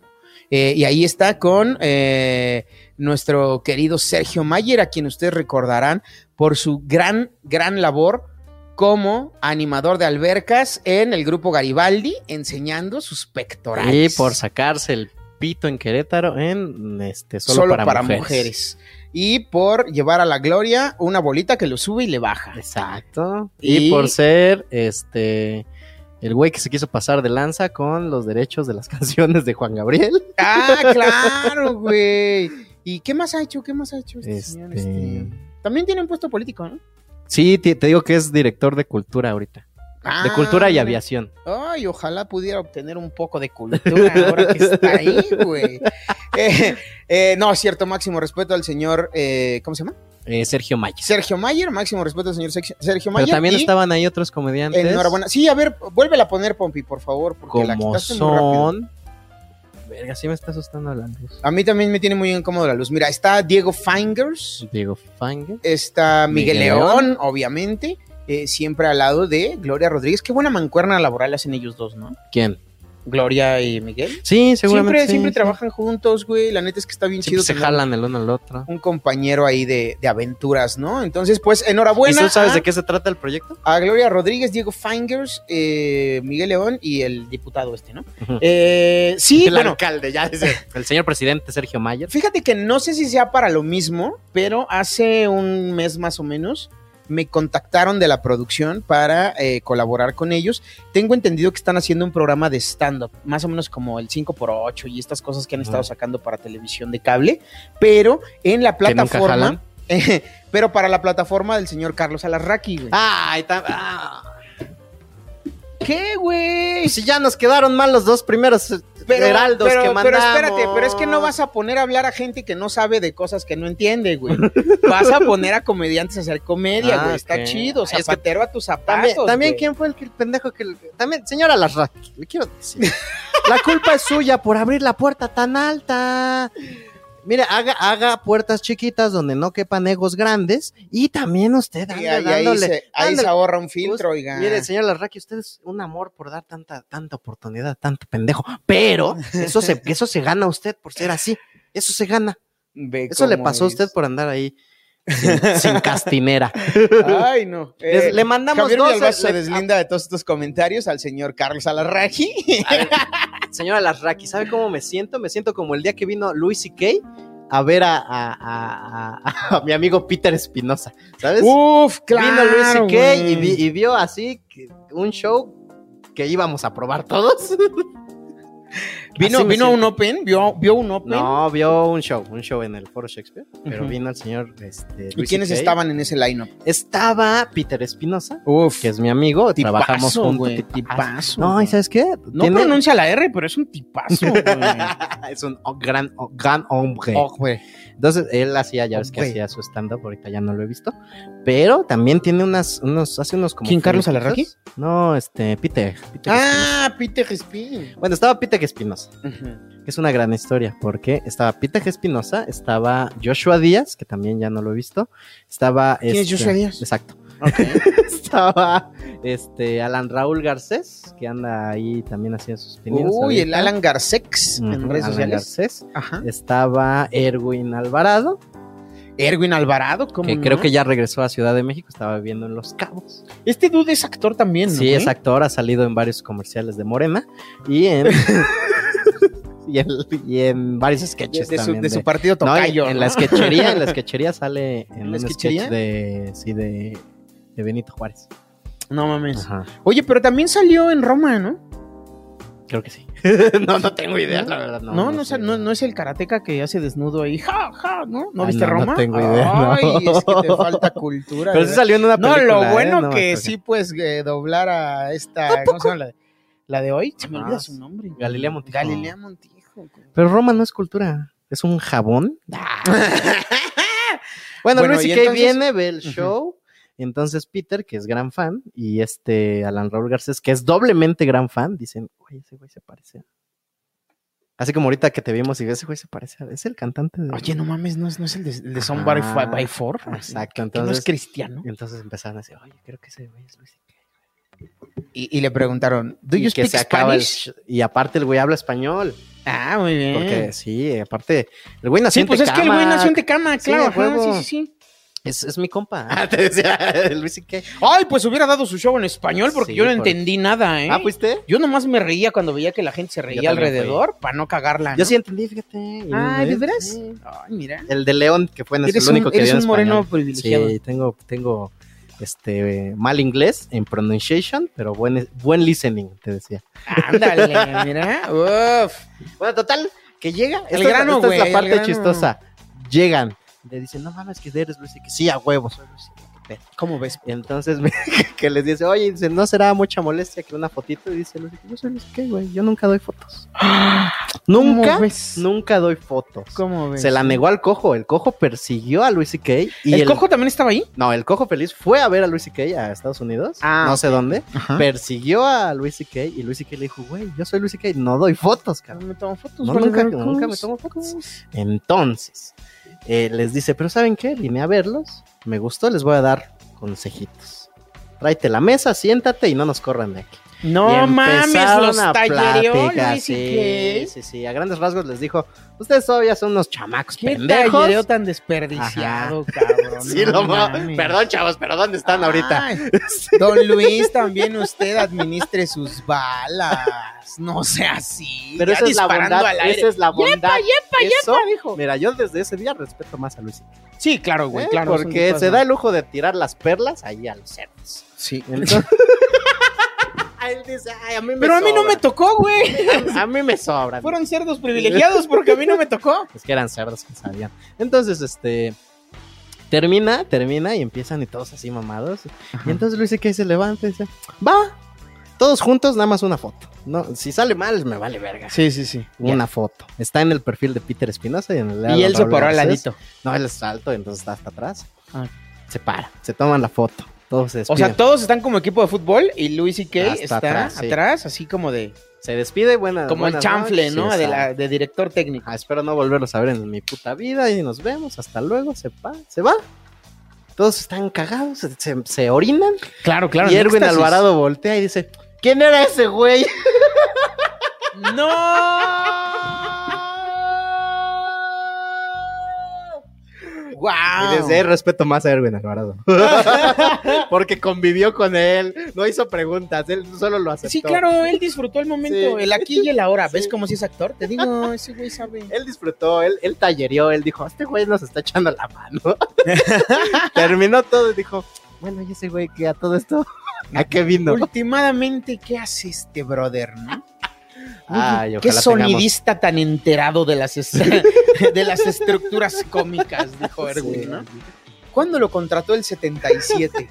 D: Eh, y ahí está con eh, nuestro querido Sergio Mayer, a quien ustedes recordarán por su gran, gran labor como animador de albercas en el grupo Garibaldi, enseñando sus
C: Y
D: pectorales.
C: por sacarse el pito en Querétaro en este solo, para, mujeres.
D: Y por llevar a la gloria una bolita que lo sube y le baja.
C: Exacto.
D: Y-
C: Y, por ser este el güey que se quiso pasar de lanza con los derechos de las canciones de Juan Gabriel.
D: Ah, claro, güey. ¿Y qué más ha hecho? ¿Qué más ha hecho este, señor?
C: Este-
D: Este, También tiene un puesto político, ¿no?
C: Sí, te, te digo que es director de cultura ahorita. De
D: Ah,
C: cultura y
D: mira.
C: aviación.
D: Ay, ojalá pudiera obtener un poco de cultura ahora que está ahí, güey. Eh, eh, no, es cierto, máximo respeto al señor, eh, ¿cómo se llama?
C: Eh, Sergio Mayer.
D: Sergio Mayer, máximo respeto al señor Sex- Sergio
C: Pero
D: Mayer.
C: también
D: y
C: estaban ahí otros comediantes.
D: Enhorabuena. Sí, a ver, vuélvela a poner, Pompi, por favor, porque la
C: Como
D: quitaste muy rápido.
C: son. Verga, sí me está asustando la luz.
D: A mí también me tiene muy incómodo la luz. Mira, está Diego Fingers,
C: Diego Fanger.
D: está Miguel,
C: Miguel
D: León,
C: León.
D: obviamente, eh, siempre al lado de Gloria Rodríguez. Qué buena mancuerna laboral hacen ellos dos, ¿no?
C: ¿Quién?
D: Gloria y Miguel.
C: Sí, seguramente.
D: Siempre,
C: sí,
D: siempre
C: sí.
D: trabajan juntos, güey. La neta es que está bien
C: Siempre
D: chido.
C: se
D: tener
C: jalan el uno al otro.
D: Un compañero ahí de, de aventuras, ¿no? Entonces, pues,
C: ¿Y
D: enhorabuena.
C: tú sabes
D: a-
C: de qué se trata el proyecto?
D: a Gloria Rodríguez, Diego Fingers, eh, Miguel León y el diputado este, ¿no?
C: Ujú.
D: Eh, sí,
C: el
D: bueno,
C: alcalde, ya dice. El señor presidente Sergio Mayer.
D: Fíjate que no sé si sea para lo mismo, pero hace un mes más o menos me contactaron de la producción para eh, colaborar con ellos. Tengo entendido que están haciendo un programa de stand-up, más o menos como el 5x8 y estas cosas que han estado
C: Ah.
D: sacando para televisión de cable, pero en la
C: Que nunca
D: plataforma,
C: jalan.
D: pero para la plataforma del señor Carlos Alarraqui,
C: Ah,
D: güey.
C: Ay, tam- ah,
D: ¿Qué, güey?
C: si ya nos quedaron mal los dos primeros eh, heraldos
D: pero-
C: que
D: pero
C: mandamos.
D: espérate, pero es que no vas a poner a hablar a gente que no sabe de cosas que no entiende, güey. Vas a poner a comediantes a hacer comedia,
C: Ah,
D: güey. Está
C: ok.
D: chido,
C: Ay, es que
D: zapatero a tus zapatos.
C: También, también
D: güey.
C: ¿quién fue el, que- el pendejo que... También, señora Larraqui, le quiero decir. La culpa es suya por abrir la puerta tan alta. Mire, haga, haga puertas chiquitas donde no quepan egos grandes. Y también usted
D: Y
C: anda
D: ahí, ahí
C: dándole...
D: se, ahí se
C: dándole-
D: ahorra un filtro, oiga.
C: Mire, señor Larraqui, usted es un amor por dar tanta, tanta oportunidad, tanto pendejo. Pero eso se, eso se gana a usted por ser así. Eso se gana.
D: Ve
C: Eso le
D: cómo
C: pasó
D: es.
C: a usted por andar ahí sin, sin castinera.
D: Ay, no.
C: Les-
D: Eh,
C: pues. le mandamos
D: Javier
C: dos.
D: Villalbazo se
C: le-
D: deslinda de todos estos comentarios al señor Carlos Alarraji.
C: a- a ver, señora Larraqui, ¿sabe cómo me siento? Me siento como el día que vino Luis y Kay a ver a, a- a- a- a mi amigo Peter Espinosa. ¿Sabes?
D: Uf,
C: vino Luis y Kay y,
D: güey.
C: vi- y vio así que- un show que íbamos a probar todos.
D: Vino,
C: Así me
D: vino a un
C: siento.
D: open, vio, vio un open.
C: No, vio un show, un show en el Foro Shakespeare, pero
D: Ujú.
C: vino el señor. Este,
D: ¿Y
C: Luis
D: quiénes
C: CK.
D: estaban en ese lineup?
C: Estaba Peter Espinosa,
D: Uf,
C: que es mi amigo,
D: tipazo,
C: trabajamos juntos.
D: güey,
C: tipazo.
D: tipazo,
C: No, ¿y
D: güey.
C: sabes qué?
D: No
C: Tiene- Ah,
D: pronuncia la R, pero es un tipazo, güey.
C: es un o- gran, o- gran hombre.
D: Oh, güey.
C: Entonces, él hacía, ya ves que
D: Güey.
C: hacía su stand-up, ahorita ya no lo he visto. Pero también tiene unas, unos, hace unos como.
D: ¿Quién, Carlos
C: flequitos.
D: Alarraqui?
C: No, este, Peter. Peter Espinosa.
D: Ah, Peter Spin.
C: Bueno, estaba Peter Espinosa, que es una gran historia, porque estaba Peter Espinosa, estaba Joshua Díaz, que también ya no lo he visto. Estaba. este,
D: ¿Quién es Joshua Díaz?
C: Exacto.
D: Ok.
C: Estaba este Alan Raúl Garcés, que anda ahí también haciendo sus opiniones.
D: Uy, el
C: ahorita.
D: Alan Garcex en
C: Ujú,
D: redes
C: Alan
D: sociales.
C: Garcés.
D: Ajá.
C: Estaba Erwin Alvarado,
D: Erwin Alvarado, ¿cómo
C: que
D: no?
C: creo que ya regresó a Ciudad de México, estaba viviendo en Los Cabos.
D: Este dude es actor también, ¿no?
C: Sí,
D: güey?
C: es actor, ha salido en varios comerciales de Morena y en, y en, y en varios
D: De,
C: sketches
D: de su,
C: también.
D: de su
C: de-
D: partido
C: No, en-
D: tocayo.
C: en, la
D: ¿no?
C: sketchería, en la sketchería sale en
D: ¿En
C: un
D: la
C: sketch
D: sketchería?
C: de, sí, de, de Benito Juárez.
D: No mames. Oye, pero también salió en Roma, ¿no?
C: Creo que sí. no, no tengo idea, la verdad.
D: No, no,
C: sé.
D: sa- no, no es el karateca que hace desnudo ahí. Ja, ja, ¿no? ¿No
C: Ah,
D: viste
C: no, no
D: Roma?
C: tengo idea, no.
D: Ay, es que te falta cultura.
C: Pero
D: de
C: sí salió en una
D: No,
C: película.
D: lo
C: ¿eh?
D: bueno
C: No me
D: que
C: acuerdo.
D: sí, pues, eh, doblar a esta. ¿Cómo se llama la de, la de hoy? Se me
C: Ah,
D: olvida su nombre.
C: Galilea Montijo.
D: Galilea Montijo.
C: Pero Roma no es cultura, es un jabón. Bueno,
D: Bueno,
C: Luis
D: y
C: C.K.
D: entonces-
C: viene, ve el
D: Ujú.
C: show. Entonces Peter, que es gran fan, y este Alan Raúl Garcés, que es doblemente gran fan, dicen, güey, ese güey se parece. a-". Así como ahorita que te vimos y ese güey se parece, a- es el cantante de...
D: Oye, no mames, ¿no es, no es el de, el de Somebody
C: Ah,
D: by, by Four?
C: exacto,
D: Que- que no
C: entonces-
D: es cristiano.
C: Y entonces empezaron a decir, oye, creo que ese güey es Luis C.K.
D: Y, y le preguntaron, ¿Do you
C: Y que
D: speak
C: se acaba el
D: Spanish?
C: sh- Y aparte el güey habla español,
D: Ah, muy bien.
C: porque sí, aparte, el güey
D: sí,
C: nació en
D: pues es que el güey
C: Tecámac,
D: nació en Tecama,
C: Sí,
D: claro.
C: a
D: ajá,
C: huevo.
D: sí, sí, sí.
C: Es, es mi compa. Ah, te decía Luis C.K.
D: Ay, pues hubiera dado su show en español porque
C: Sí,
D: yo no
C: porque-
D: entendí nada, ¿eh?
C: Ah, ¿fuiste?
D: Yo nomás me reía cuando veía que la gente se reía
C: también fui.
D: alrededor para no cagarla.
C: Ah, Yo
D: ¿no?
C: sí entendí, fíjate. y
D: Ah,
C: me-
D: ¿de veras?
C: sí.
D: Ay, mira.
C: El de León, que fue en
D: Eres
C: el
D: un,
C: único que
D: eres
C: dio en
D: un moreno
C: español.
D: privilegiado.
C: Sí, tengo, tengo este eh, mal inglés en pronunciation, pero buen, buen listening, te decía.
D: Ándale, mira. Uf.
C: Bueno, total, que llega. Esta,
D: El
C: es la-
D: grano,
C: esta es
D: güey,
C: la
D: el
C: parte
D: grano.
C: chistosa. Llegan, le dicen, no mames, que eres Luis, y que sí, a huevo, soy Luis. ¿qué pedo?".
D: ¿Cómo ves?
C: Entonces, que les dice, oye, dice, no será mucha molestia que una fotito, y dice, Luis, yo soy Luis, ¿qué, güey? Yo nunca doy fotos. Nunca,
D: ¿Cómo ves?
C: nunca doy fotos.
D: ¿Cómo ves?
C: Se la negó al cojo. El cojo persiguió a Luis C.K. y
D: ¿El, cojo también estaba ahí?
C: No, el cojo feliz fue a ver a Luis C.K. a Estados Unidos.
D: Ah,
C: no sé dónde.
D: Ajá.
C: Persiguió a Luis C.K. y Luis C.K. le dijo, güey, yo soy Luis C.K. No doy fotos, cabrón.
D: No me tomo fotos.
C: No,
D: vale,
C: nunca-
D: vale,
C: nunca me
D: ¿cómo
C: tomo
D: es?
C: fotos. Entonces, eh, les dice, pero ¿saben qué? Vine a verlos. Me gustó, les voy a dar consejitos. Tráete la mesa, siéntate y no nos corran de aquí. Y
D: No mames,
C: empezaron
D: los
C: a
D: tallereó
C: platicar,
D: Luis
C: sí, sí, sí. A grandes rasgos les dijo, ustedes todavía son unos chamacos
D: ¿Qué
C: pendejos.
D: tallereo tan desperdiciado, cabrón?
C: Sí,
D: No
C: lo ma-
D: mames. Ah,
C: Perdón, chavos, pero ¿dónde están ahorita?
D: Ay, Don Luis, también usted administre sus balas. No sea así.
C: Pero
D: ya
C: esa es la
D: disparando
C: bondad,
D: al aire.
C: esa es la
D: Yepa,
C: bondad. Eso,
D: dijo.
C: Mira, yo desde ese día respeto más a Luis.
D: Sí, claro, güey,
C: ¿eh?
D: claro. son
C: porque
D: tipas,
C: se
D: ¿no?
C: da el lujo de tirar las perlas ahí a los cerdos.
D: Sí.
C: Entonces- Él dice, "Ay, a mí me
D: Pero a mí no
C: sobra".
D: me tocó, güey.
C: A mí me sobran.
D: Fueron cerdos privilegiados porque a mí no me tocó.
C: Es que eran cerdos que sabían. Entonces, este. Termina, termina y empiezan y todos así mamados. Y entonces Luis que se levanta y dice: Va, todos juntos, nada más una foto. No, si sale mal, me vale verga.
D: Sí, sí, sí.
C: Una foto. Está en el perfil de Peter Espinosa y en el de
D: Y
C: Alan
D: él se
C: Raúl
D: paró al
C: Garcés.
D: ladito.
C: No, él es alto, entonces está hasta atrás.
D: Ah.
C: Se para, se toman la foto. Todos se
D: O
C: despiden.
D: sea, todos están como equipo de fútbol y Luis y Kay
C: Hasta
D: está
C: atrás,
D: atrás,
C: sí.
D: así como de.
C: se despide, buena.
D: Como el
C: buenas
D: chanfle,
C: noches,
D: ¿no?
C: sí,
D: De,
C: exacto.
D: la, de director técnico.
C: Ah, espero no volverlos a ver en mi puta vida y nos vemos. Hasta luego, se va, se va. Todos están cagados, se, se- se orinan.
D: Claro,
C: y Erwin Alvarado voltea y dice, ¿quién era ese güey?
D: ¡No! ¡Wow!
C: Y desde ahí respeto más a Erwin Alvarado. Porque convivió con él, no hizo preguntas, él solo lo aceptó.
D: Sí, claro, él disfrutó el momento,
C: Sí.
D: el aquí y el ahora. ¿Ves
C: Sí.
D: cómo si es actor? Te digo, ese güey sabe.
C: Él disfrutó, él, él tallerió, él dijo, este güey nos está echando la mano. Terminó todo y dijo, bueno, ¿y ese güey que a todo esto? ¿A qué vino?
D: Últimamente, ¿qué hace este brother, no?
C: Ay,
D: Qué
C: ojalá tengamos-
D: sonidista tan enterado de las, es- de las estructuras cómicas, dijo Erwin, ¿no? ¿Cuándo lo contrató el 77?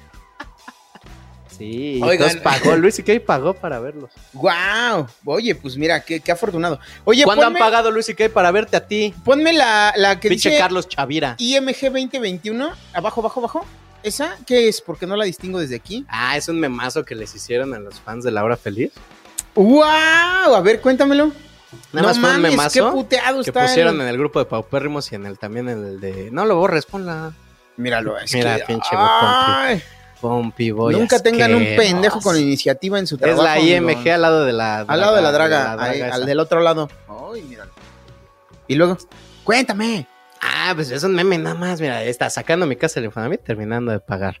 C: Sí,
D: Oigan.
C: entonces pagó, Luis y pagó para verlos.
D: ¡Guau! Oye, pues mira, qué, qué afortunado. Oye,
C: ¿Cuándo han
D: ponme-
C: pagado Luis y para verte a ti?
D: Ponme la, la que
C: Pinche
D: dice
C: Carlos Chavira.
D: IMG 2021, abajo, abajo, abajo. ¿Esa qué es? Porque no la distingo desde aquí.
C: Ah, es un memazo que les hicieron a los fans de La Hora Feliz.
D: Pues ¡Wow! A ver, cuéntamelo.
C: Nada más fue un memazo
D: qué puteado
C: que
D: está. el-
C: pusieron en el grupo de Paupérrimos y en el también en el de. No lo borres, ponla.
D: Míralo, es
C: Mira,
D: que-
C: pinche
D: ¡Ay!
C: Pompi, boy.
D: Nunca tengan un
C: asqueroso.
D: pendejo con iniciativa en su
C: Es
D: trabajo.
C: la
D: amigo.
C: IMG al lado de la.
D: Al lado de la draga, ahí,
C: esa.
D: al del otro lado. Ay, míralo. Y luego, cuéntame.
C: Ah, pues es un meme nada más. Mira, ahí está sacando mi casa del Infonavit terminando de pagar.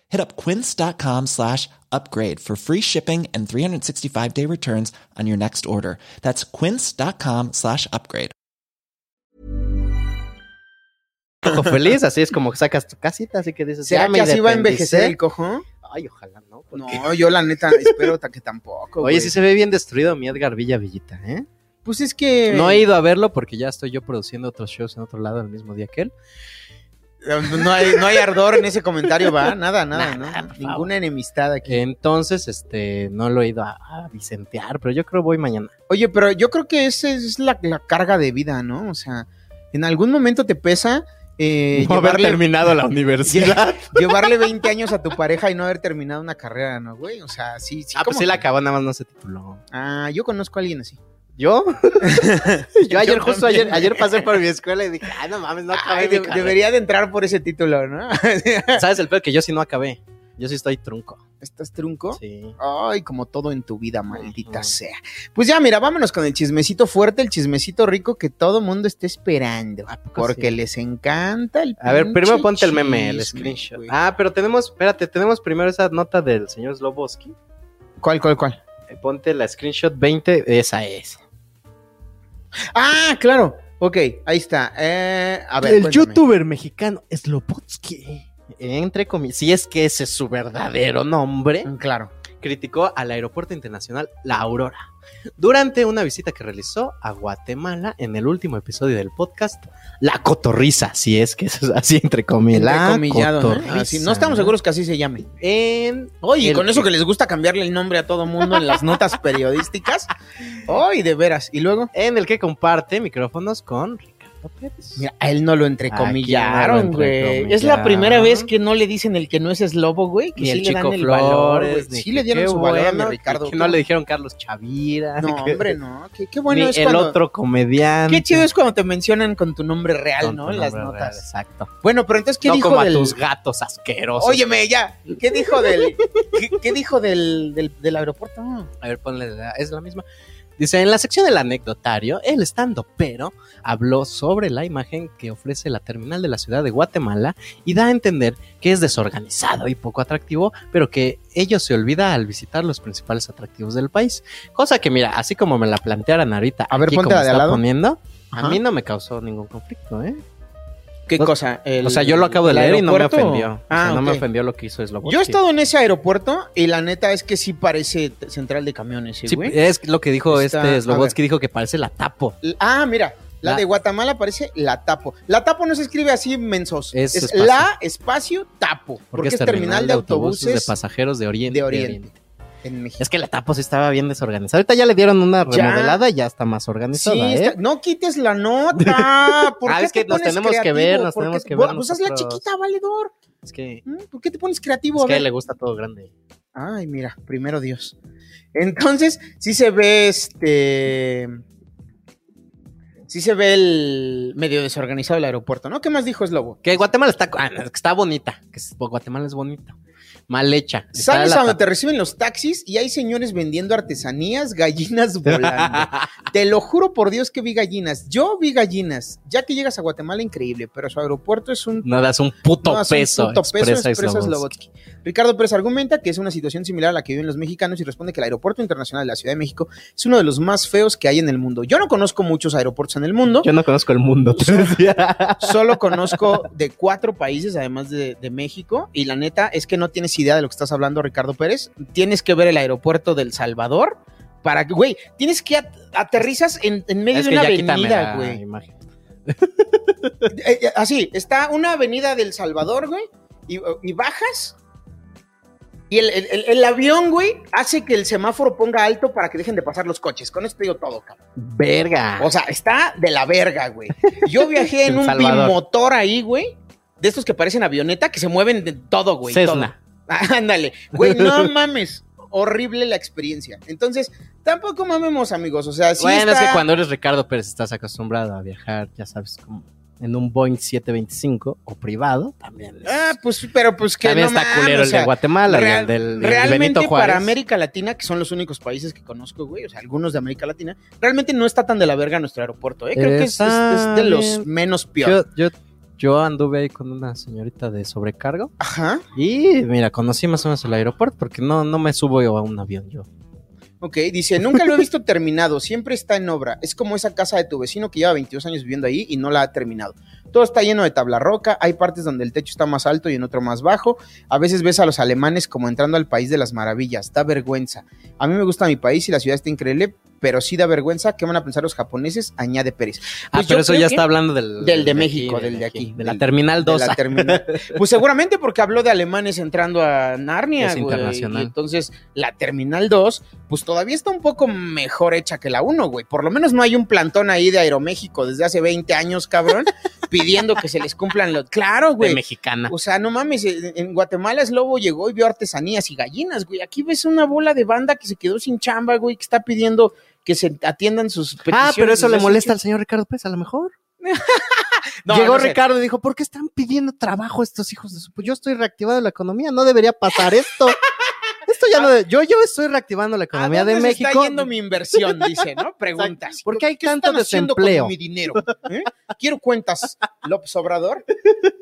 E: Hit up quince.com slash upgrade for free shipping and 365 day returns on your next order. That's quince.com slash upgrade.
C: Ojo feliz, así es como sacas tu casita, así que dices.
D: ¿Será
C: ya me
D: que así va a envejecer
C: independicé.
D: el cojo?
C: Ay, ojalá no. porque-
D: No, yo la neta espero ta- que tampoco.
C: Oye,
D: güey.
C: sí se ve bien destruido mi Edgar Villa Villita, ¿eh?
D: Pues es que.
C: No he ido a verlo porque ya estoy yo produciendo otros shows en otro lado el mismo día que él.
D: eh, No hay, no hay ardor en ese comentario, va. Nada, nada,
C: Nah,
D: ¿no?
C: nah, por
D: Ninguna
C: favor.
D: enemistad aquí.
C: Entonces, este, no lo he ido a, a vicentear, pero yo creo voy mañana.
D: Oye, pero yo creo que esa es la, la carga de vida, ¿no? O sea, en algún momento te pesa eh,
C: No haber
D: llevarle,
C: terminado la universidad.
D: llevarle 20 años a tu pareja y no haber terminado una carrera, ¿no, güey? O sea, sí, sí.
C: ah, pues
D: ¿cómo?
C: sí la acabó, nada más no se tituló.
D: Ah, yo conozco a alguien así.
C: ¿Yo? yo ayer,
D: Yo
C: justo
D: también.
C: ayer, ayer pasé por mi escuela y dije, ah, no mames, no acabé
D: Ay,
C: mi
D: de-
C: carrera".
D: debería de entrar por ese título, ¿no?
C: ¿Sabes el peor? Que yo sí no acabé. Yo sí estoy trunco.
D: ¿Estás trunco?
C: Sí.
D: Ay, como todo en tu vida, maldita
C: Ujú.
D: sea. Pues ya, mira, vámonos con el chismecito fuerte, el chismecito rico que todo mundo está esperando. Porque
C: sí?
D: les encanta el
C: A ver,
D: pinche
C: primero ponte el meme, el
D: chisme,
C: screenshot.
D: güey.
C: Ah, pero tenemos, espérate, tenemos primero esa nota del señor Sloboski.
D: ¿Cuál, cuál, cuál?
C: Eh, Ponte la screenshot 20, esa es.
D: Ah, claro. Ok, ahí está. Eh, a ver, cuéntame.
C: mexicano Slobotsky. Entre comillas, si es que ese es su verdadero nombre,
D: Mm, Claro.
C: criticó al aeropuerto internacional La Aurora durante una visita que realizó a Guatemala en el último episodio del podcast La Cotorriza, si es que eso es así entre comillas. La
D: Entrecomillado, ¿no?
C: Cotorriza.
D: Así, no estamos seguros que así se llame.
C: En
D: Oye, y
C: El
D: con eso
C: que-
D: que les gusta cambiarle el nombre a todo mundo en las notas periodísticas. Ay, de veras. Y luego,
C: en el que comparte micrófonos con Ricardo Pérez.
D: mira, a él no lo
C: Aquí
D: entrecomillaron,
C: no lo
D: güey. Es la
C: entrecomillaron.
D: primera vez que no le dicen el que no es eslobo, güey. Que
C: ni
D: sí
C: el
D: le dan
C: chico
D: el
C: Flores,
D: valor, güey.
C: ni
D: Sí
C: que
D: le dieron
C: qué
D: su valor a mi
C: bueno,
D: Ricardo.
C: que no le dijeron Carlos Chavira.
D: No,
C: que-
D: hombre, no. Qué, qué
C: ni
D: bueno es
C: el
D: cuando-
C: otro comediante.
D: Qué chido es cuando te mencionan con tu nombre real,
C: Con
D: ¿no?
C: tu
D: En las
C: nombre
D: notas.
C: real, exacto.
D: Bueno, pero entonces, ¿qué
C: no
D: dijo
C: como
D: del-
C: a tus gatos asquerosos.
D: Óyeme, ya. ¿Qué dijo del, qué, qué dijo del, del, del aeropuerto?
C: A ver, ponle, la- es la misma. Dice, en la sección del anecdotario, el estando pero habló sobre la imagen que ofrece la terminal de la ciudad de Guatemala y da a entender que es desorganizado y poco atractivo, pero que ello se olvida al visitar los principales atractivos del país. Cosa que, mira, así como me la plantearan ahorita,
D: A ver,
C: aquí
D: ponte
C: como
D: la de al
C: está
D: lado.
C: poniendo,
D: Ajá.
C: a mí no me causó ningún conflicto, ¿eh?
D: ¿Qué
C: No-
D: cosa? El-
C: o sea, yo lo acabo de
D: el
C: leer y no me
D: aeropuerto.
C: ofendió. O sea,
D: Ah,
C: no me
D: ok.
C: ofendió lo que hizo Slobodsky.
D: Yo he estado en ese aeropuerto y la neta es que sí parece t- central de camiones, sí,
C: Sí, eh,
D: güey.
C: es lo que dijo
D: Está- a
C: este
D: ver.
C: Slobodsky, dijo que parece la tapo.
D: L- Ah, mira. La,
C: La-
D: de Guatemala parece la tapo. La tapo no se escribe así mensos. Es,
C: Es espacio.
D: la espacio tapo. Porque, es terminal, de autobuses,
C: de pasajeros de Oriente.
D: de Oriente. en México.
C: Es que la tapa sí estaba bien desorganizada. Ahorita ya le dieron una
D: Ya.
C: remodelada y ya está más organizada,
D: Sí,
C: ¿eh?
D: está- no quites la nota. ¿Por
C: Ah,
D: qué
C: es
D: te
C: que nos
D: pones
C: tenemos que ver,
D: creativo?
C: nos
D: ¿Por qué
C: tenemos
D: te-
C: que ver
D: Pues haz la
C: nosotros.
D: chiquita, valedor.
C: Es que,
D: ¿Mm? ¿Por qué te pones creativo?
C: es
D: A
C: que a
D: ver.
C: él le gusta todo grande.
D: Ay, mira, primero Dios. Entonces, sí se ve este. sí se ve el medio desorganizado el aeropuerto, ¿no? ¿Qué más dijo Slobo?
C: Que Guatemala está, ah, no, que está bonita. Que es- Guatemala es bonita. Mal hecha. Está
D: Sales
C: la-
D: a donde te reciben los taxis y hay señores vendiendo artesanías, gallinas volando. te lo juro por Dios que vi gallinas. Yo vi gallinas. Ya que llegas a Guatemala, increíble, pero su aeropuerto es un
C: No das un puto
D: No, es un
C: peso.
D: puto peso,
C: expresa
D: expresa
C: Slobodsky.
D: Slobodsky. Ricardo Pérez argumenta que es una situación similar a la que viven los mexicanos y responde que el aeropuerto internacional de la Ciudad de México es uno de los más feos que hay en el mundo. Yo no conozco muchos aeropuertos en el mundo,
C: Yo no conozco el mundo. te decía.
D: solo conozco de cuatro países además de, de México y la neta es que no tienes idea de lo que estás hablando Ricardo Pérez. Tienes que ver el aeropuerto del Salvador para que, güey, tienes que at- aterrizas en, en medio
C: es
D: de
C: que
D: una
C: ya quítame
D: avenida,
C: la
D: güey.
C: imagen.
D: Eh, eh, así, está una avenida del Salvador, güey, y, oh, y bajas. Y el, el- el- el avión, güey, hace que el semáforo ponga alto para que dejen de pasar los coches. Con esto digo todo, cabrón.
C: Verga.
D: O sea, está de la verga, güey. Yo viajé en
C: En
D: un
C: Salvador.
D: bimotor ahí, güey. De estos que parecen avioneta, que se mueven de todo, güey. todo.
C: Cessna.
D: Ah, Ándale, güey, no mames. Horrible la experiencia. Entonces, tampoco mamemos, amigos. O sea, sí
C: bueno, es
D: está-
C: que cuando eres Ricardo Pérez estás acostumbrado a viajar, ya sabes, como en un Boeing 725 o privado, también. es-
D: Ah, pues, pero pues que
C: también
D: no
C: está
D: mames,
C: culero
D: o
C: el de
D: sea,
C: Guatemala, y
D: Real-
C: el del el de
D: realmente
C: Benito Juárez.
D: para América Latina, que son los únicos países que conozco, güey, o sea, algunos de América Latina, realmente no está tan de la verga nuestro aeropuerto, ¿eh? Creo que es, es- es de los
C: Está
D: menos peor.
C: yo, yo, yo anduve ahí con una señorita de sobrecargo
D: Ajá,
C: y mira, conocí más o menos el aeropuerto porque no, no me subo yo a un avión yo.
D: Pues ok, dice, nunca lo he visto terminado, siempre está en obra, es como esa casa de tu vecino que lleva 22 años viviendo ahí y no la ha terminado. Todo está lleno de tabla roca, hay partes donde el techo está más alto y en otro más bajo, a veces ves a los alemanes como entrando al país de las maravillas, da vergüenza. A mí me gusta mi país y la ciudad está increíble, pero sí da vergüenza, ¿qué van a pensar los japoneses? Añade Pérez.
C: Ah,
D: Pues yo
C: pero eso
D: creo
C: ya
D: que-
C: está hablando del...
D: Del de
C: aquí,
D: México, del de aquí,
C: De la
D: del-
C: Terminal 2.
D: de la terminal. Pues seguramente porque habló de alemanes entrando a Narnia,
C: Es
D: güey.
C: internacional.
D: Y entonces, la Terminal 2, pues todavía está un poco mejor hecha que la 1, güey. Por lo menos no hay un plantón ahí de Aeroméxico desde hace 20 años, cabrón, pidiendo que se les cumplan los... Claro,
C: de
D: güey.
C: mexicana.
D: O sea, no mames, en en Guatemala Slobo llegó y vio artesanías y gallinas, güey. Aquí ves una bola de banda que se quedó sin chamba, güey, que está pidiendo que se atiendan sus peticiones.
C: Ah, pero eso
D: desde
C: le
D: hace
C: molesta
D: ocho-
C: al señor Ricardo Pérez, a lo mejor.
D: No,
C: Llegó
D: no sé.
C: Ricardo y dijo, ¿por qué están pidiendo trabajo estos hijos de su... Pues yo estoy reactivando la economía, no debería pasar esto. esto ya no... de- Yo, yo estoy reactivando
D: Ah.
C: la
D: ¿A
C: economía
D: dónde
C: de
D: se está
C: México.
D: yendo mi inversión? Dice, ¿no? Preguntas.
C: ¿Por qué hay
D: están
C: tanto
D: haciendo
C: desempleo?
D: con mi dinero? ¿Eh? Quiero cuentas, López Obrador.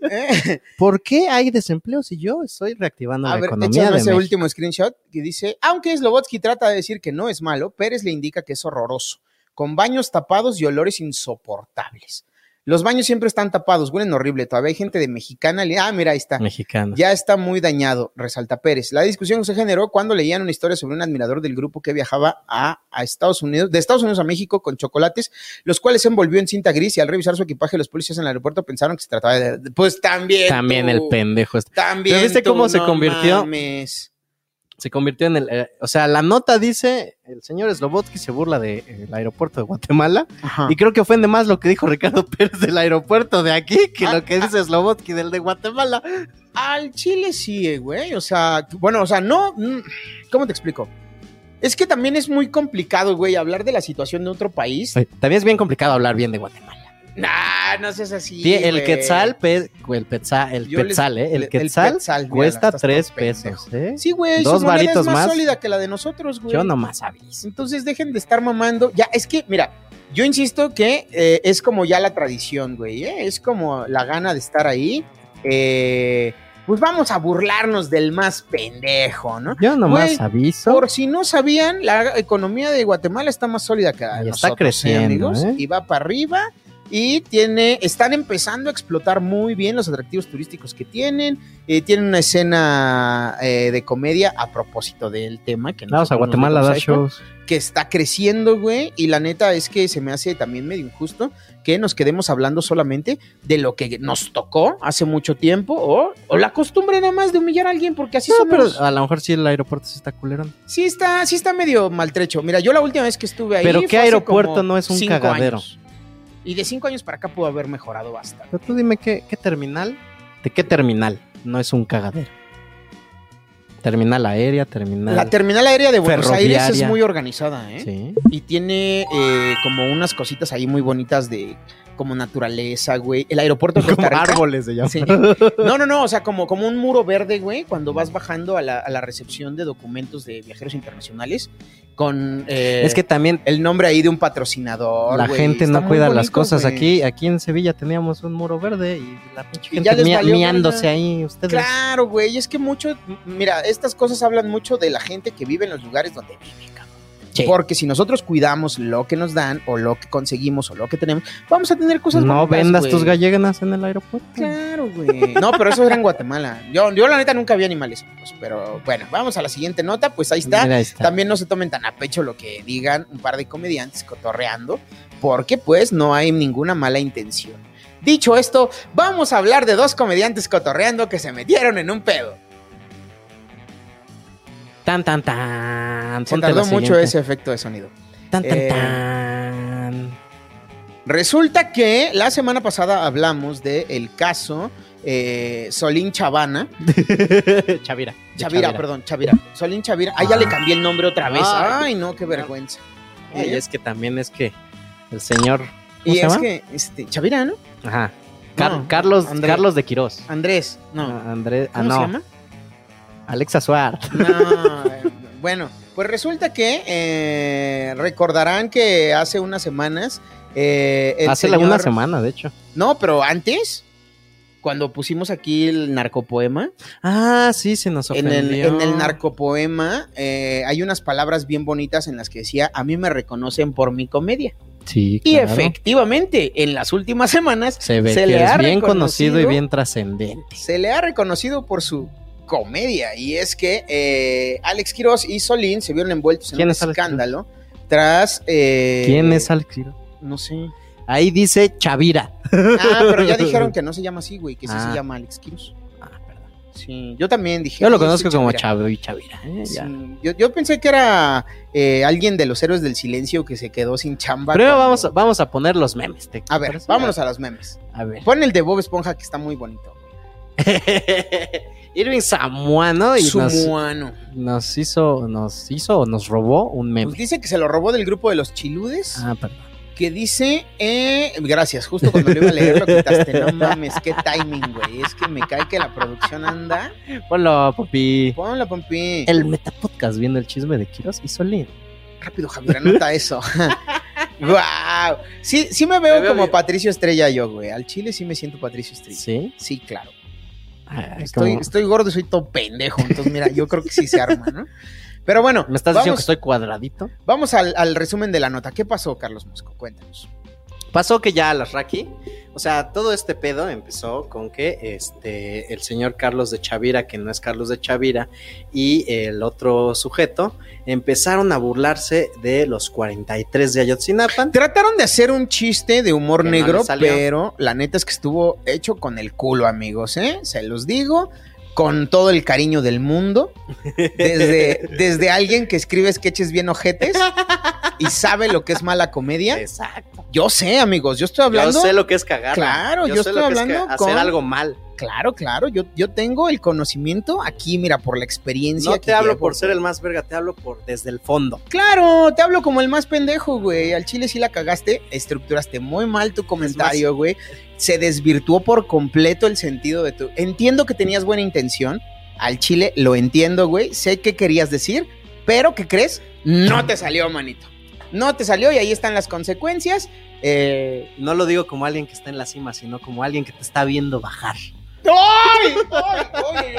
D: ¿Eh?
C: ¿Por qué hay desempleo si yo estoy reactivando
D: A
C: la
D: ver,
C: economía
D: échame
C: de
D: ese
C: México?
D: último screenshot que dice, aunque Slobotsky trata de decir que no es malo, Pérez le indica que es horroroso, con baños tapados y olores insoportables. Los baños siempre están tapados, huelen horrible, todavía hay gente de mexicana. li- Ah, mira, ahí está.
C: Mexicano.
D: Ya está muy dañado, resalta Pérez. La discusión se generó cuando leían una historia sobre un admirador del grupo que viajaba a, a Estados Unidos, de Estados Unidos a México con chocolates, los cuales se envolvió en cinta gris y al revisar su equipaje los policías en el aeropuerto pensaron que se trataba de... de- Pues también...
C: También
D: tú,
C: el pendejo este.
D: También...
C: ¿Pero viste
D: tú,
C: cómo se
D: no
C: convirtió?
D: mames.
C: Se convirtió en el... eh, o sea, la nota dice, el señor Slobotsky se burla del aeropuerto de Guatemala
D: Ajá.
C: y creo que ofende más lo que dijo Ricardo Pérez del aeropuerto de aquí que
D: Ah,
C: lo que dice Slobotsky del de Guatemala.
D: Al Chile sí, eh, güey. O sea, bueno, o sea, no. mm, ¿Cómo te explico? Es que también es muy complicado, güey, hablar de la situación de otro país.
C: Oye, También es bien complicado hablar bien de Guatemala.
D: Nah, no seas así.
C: Sí, el
D: güey.
C: quetzal, pe- el petzal, el
D: Yo les-
C: petzal, ¿eh? El,
D: el
C: quetzal
D: petzal, mira, la
C: cuesta
D: estás tan
C: tres
D: pendejo.
C: pesos, ¿eh?
D: Sí, güey,
C: Dos
D: su moneda
C: varitos
D: es más,
C: más.
D: sólida que la de nosotros, güey.
C: Yo nomás aviso.
D: Entonces dejen de estar mamando. Ya, es que, mira, yo insisto que eh, es como ya la tradición, güey. ¿eh? Es como la gana de estar ahí. Eh, pues vamos a burlarnos del más pendejo, ¿no?
C: Yo
D: Güey,
C: nomás aviso.
D: Por si no sabían, la economía de Guatemala está más sólida que la de
C: Y está
D: nosotros, ¿eh,
C: creciendo,
D: amigos?
C: ¿eh?
D: Y va para arriba y tiene, están empezando a explotar muy bien los atractivos turísticos que tienen. eh, tienen una escena eh, de comedia a propósito del tema que
C: Vamos a
D: nosotros nos
C: Guatemala a
D: vemos
C: dar
D: ahí,
C: shows.
D: que está creciendo, güey. Y la neta es que se me hace también medio injusto que nos quedemos hablando solamente de lo que nos tocó hace mucho tiempo o, o la costumbre nada más de humillar a alguien porque así
C: No,
D: somos.
C: pero a lo mejor sí el aeropuerto sí está culerón.
D: Sí está, sí está medio maltrecho. Mira, yo la última vez que estuve ahí.
C: Pero ¿qué
D: fue hace
C: aeropuerto
D: como
C: no es un
D: cinco
C: cagadero?
D: años. Y de cinco años para acá pudo haber mejorado bastante.
C: Pero tú dime qué, qué terminal, de qué terminal no es un cagadero. Terminal aérea, terminal.
D: La terminal aérea de Buenos
C: Ferroviaria.
D: Aires es muy organizada, ¿eh?
C: Sí.
D: Y tiene eh, como unas cositas ahí muy bonitas de como naturaleza, güey. El aeropuerto de
C: Como
D: Costa Rica.
C: árboles de llama.
D: ¿Eh? Sí. No, no, no, o sea, como, como un muro verde, güey, cuando vas bajando a la, a la recepción de documentos de viajeros internacionales con eh,
C: Es que también
D: el nombre ahí de un patrocinador.
C: la
D: güey.
C: gente
D: Está
C: no
D: muy
C: cuida las
D: bonito,
C: cosas.
D: güey.
C: Aquí aquí en Sevilla teníamos un muro verde y la pinche
D: Y ya
C: gente
D: les
C: mia-
D: valió
C: miándose
D: verga.
C: ahí. Ustedes.
D: Claro, güey, es que mucho, m- mira, estas cosas hablan mucho de la gente que vive en los lugares donde vive, cabrón.
C: Sí.
D: Porque si nosotros cuidamos lo que nos dan o lo que conseguimos o lo que tenemos, vamos a tener cosas
C: no
D: bonitas,
C: vendas
D: güey.
C: tus galleganas en el aeropuerto.
D: Claro, güey. No, pero eso era en Guatemala. Yo, yo la neta nunca vi animales. pues, pero bueno, vamos a la siguiente nota. Pues ahí está.
C: Mira, ahí está.
D: También no se tomen tan a pecho lo que digan un par de comediantes cotorreando, porque pues no hay ninguna mala intención. Dicho esto, vamos a hablar de dos comediantes cotorreando que se metieron en un pedo.
C: Tan, tan, tan.
D: Se
C: Ponte
D: tardó
C: la
D: mucho
C: siguiente.
D: ese efecto de sonido.
C: Tan, tan,
D: Eh,
C: tan.
D: Resulta que la semana pasada hablamos del caso eh, Solín Chavana.
C: Chavira.
D: Chavira, perdón, Chavira. Solín Chavira. Ah, ya le cambié el nombre otra vez. Ay,
C: Ay.
D: no, qué vergüenza.
C: Y es que también es que el señor. ¿cómo
D: Y
C: se
D: es
C: llama?
D: que, este, Chavira, ¿no?
C: Ajá. Car-
D: No,
C: Carlos,
D: Andrés.
C: Carlos de Quirós.
D: Andrés, no.
C: Ah, Andrés. Ah,
D: ¿Cómo
C: no.
D: se llama?
C: Alexa Suárez.
D: No, eh, bueno, pues resulta que eh, recordarán que hace unas semanas. eh, el
C: Hace
D: señor-
C: una semana, de hecho.
D: No, pero antes, cuando pusimos aquí el narcopoema,
C: Ah, sí, se nos
D: en
C: ofendió.
D: el, en el narcopoema eh, hay unas palabras bien bonitas en las que decía: A mí me reconocen por mi comedia.
C: Sí,
D: Y
C: claro.
D: efectivamente, en las últimas semanas
C: Se ve
D: se
C: que
D: le ha
C: eres bien conocido y
D: reconocido-
C: bien trascendente.
D: se le ha reconocido por su comedia y es que eh, Alex Quiroz y Solín se vieron envueltos en
C: ¿Quién
D: un
C: es Alex Quiroz?
D: escándalo tras... eh,
C: ¿Quién es Alex Quiroz?
D: No sé.
C: Ahí dice Chavira.
D: Ah, pero ya dijeron que no se llama así, güey, que sí
C: Ah.
D: se llama Alex Quiroz.
C: Ah, perdón.
D: Sí, yo también dije...
C: Yo lo
D: "Oye,
C: conozco
D: ese
C: como
D: Chavira".
C: Chavo y Chavira. ¿eh?
D: Sí,
C: Ya.
D: yo, yo pensé que era eh, alguien de los héroes del silencio que se quedó sin chamba.
C: Primero
D: cuando-
C: vamos, a- vamos a poner los memes. ¿te
D: A ver,
C: parece? Eh.
D: vámonos a los memes.
C: A ver.
D: Pon el de Bob Esponja que está muy bonito.
C: Irving Samuano y nos,
D: Sumuano.
C: nos hizo, nos hizo o nos robó un
D: Pues
C: meme.
D: dice que se lo robó del grupo de los chiludes.
C: Ah, perdón.
D: que dice, eh, gracias, justo cuando lo iba a leer lo quitaste, no mames, qué timing, güey, es que me cae que la producción anda.
C: Hola, papi.
D: Ponla, Pompi.
C: El Metapodcast viendo el chisme de Kiros y Solín.
D: Rápido, Javier, anota eso. wow. Sí, sí me veo
C: Me veo
D: como
C: bien.
D: Patricio Estrella yo, güey. Al chile sí me siento Patricio Estrella.
C: ¿Sí?
D: Sí, claro.
C: Ah,
D: Estoy,
C: como-
D: estoy gordo, soy todo pendejo. Entonces, mira, yo creo que sí se arma, ¿no? Pero bueno,
C: ¿Me estás diciendo
D: vamos,
C: que estoy cuadradito?
D: vamos al, al resumen de la nota. ¿Qué pasó, Carlos Mosco? Cuéntanos.
C: Pasó que ya a las Raki, o sea, todo este pedo empezó con que este el señor Carlos de Chavira, que no es Carlos de Chavira, y el otro sujeto empezaron a burlarse de los 43 de Ayotzinapa.
D: Trataron de hacer un chiste de humor
C: Que no
D: negro,
C: les salió.
D: pero la neta es que estuvo hecho con el culo, amigos, ¿eh? Se los digo, con todo el cariño del mundo. Desde, desde alguien que escribe sketches bien ojetes y sabe lo que es mala comedia.
C: Exacto.
D: Yo sé, amigos, yo estoy
C: Yo
D: hablando.
C: sé lo que es cagar. ¿eh?
D: Claro, yo estoy hablando con-
C: hacer algo mal.
D: Claro, claro, yo, yo tengo el conocimiento aquí, mira, por la experiencia.
C: No
D: que
C: te hablo
D: llevo.
C: por ser el más verga, te hablo por desde el fondo.
D: Claro, te hablo como el más pendejo, güey. Al chile sí la cagaste, estructuraste muy mal tu comentario, güey. Se desvirtuó por completo el sentido de tu... Entiendo que tenías buena intención, al chile lo entiendo, güey. Sé qué querías decir, pero ¿qué crees? No te salió, manito. No te salió y ahí están las consecuencias. Eh,
C: No lo digo como alguien que está en la cima, sino como alguien que te está viendo bajar.
D: ¡Ay! ¡Ay! ¡Ay!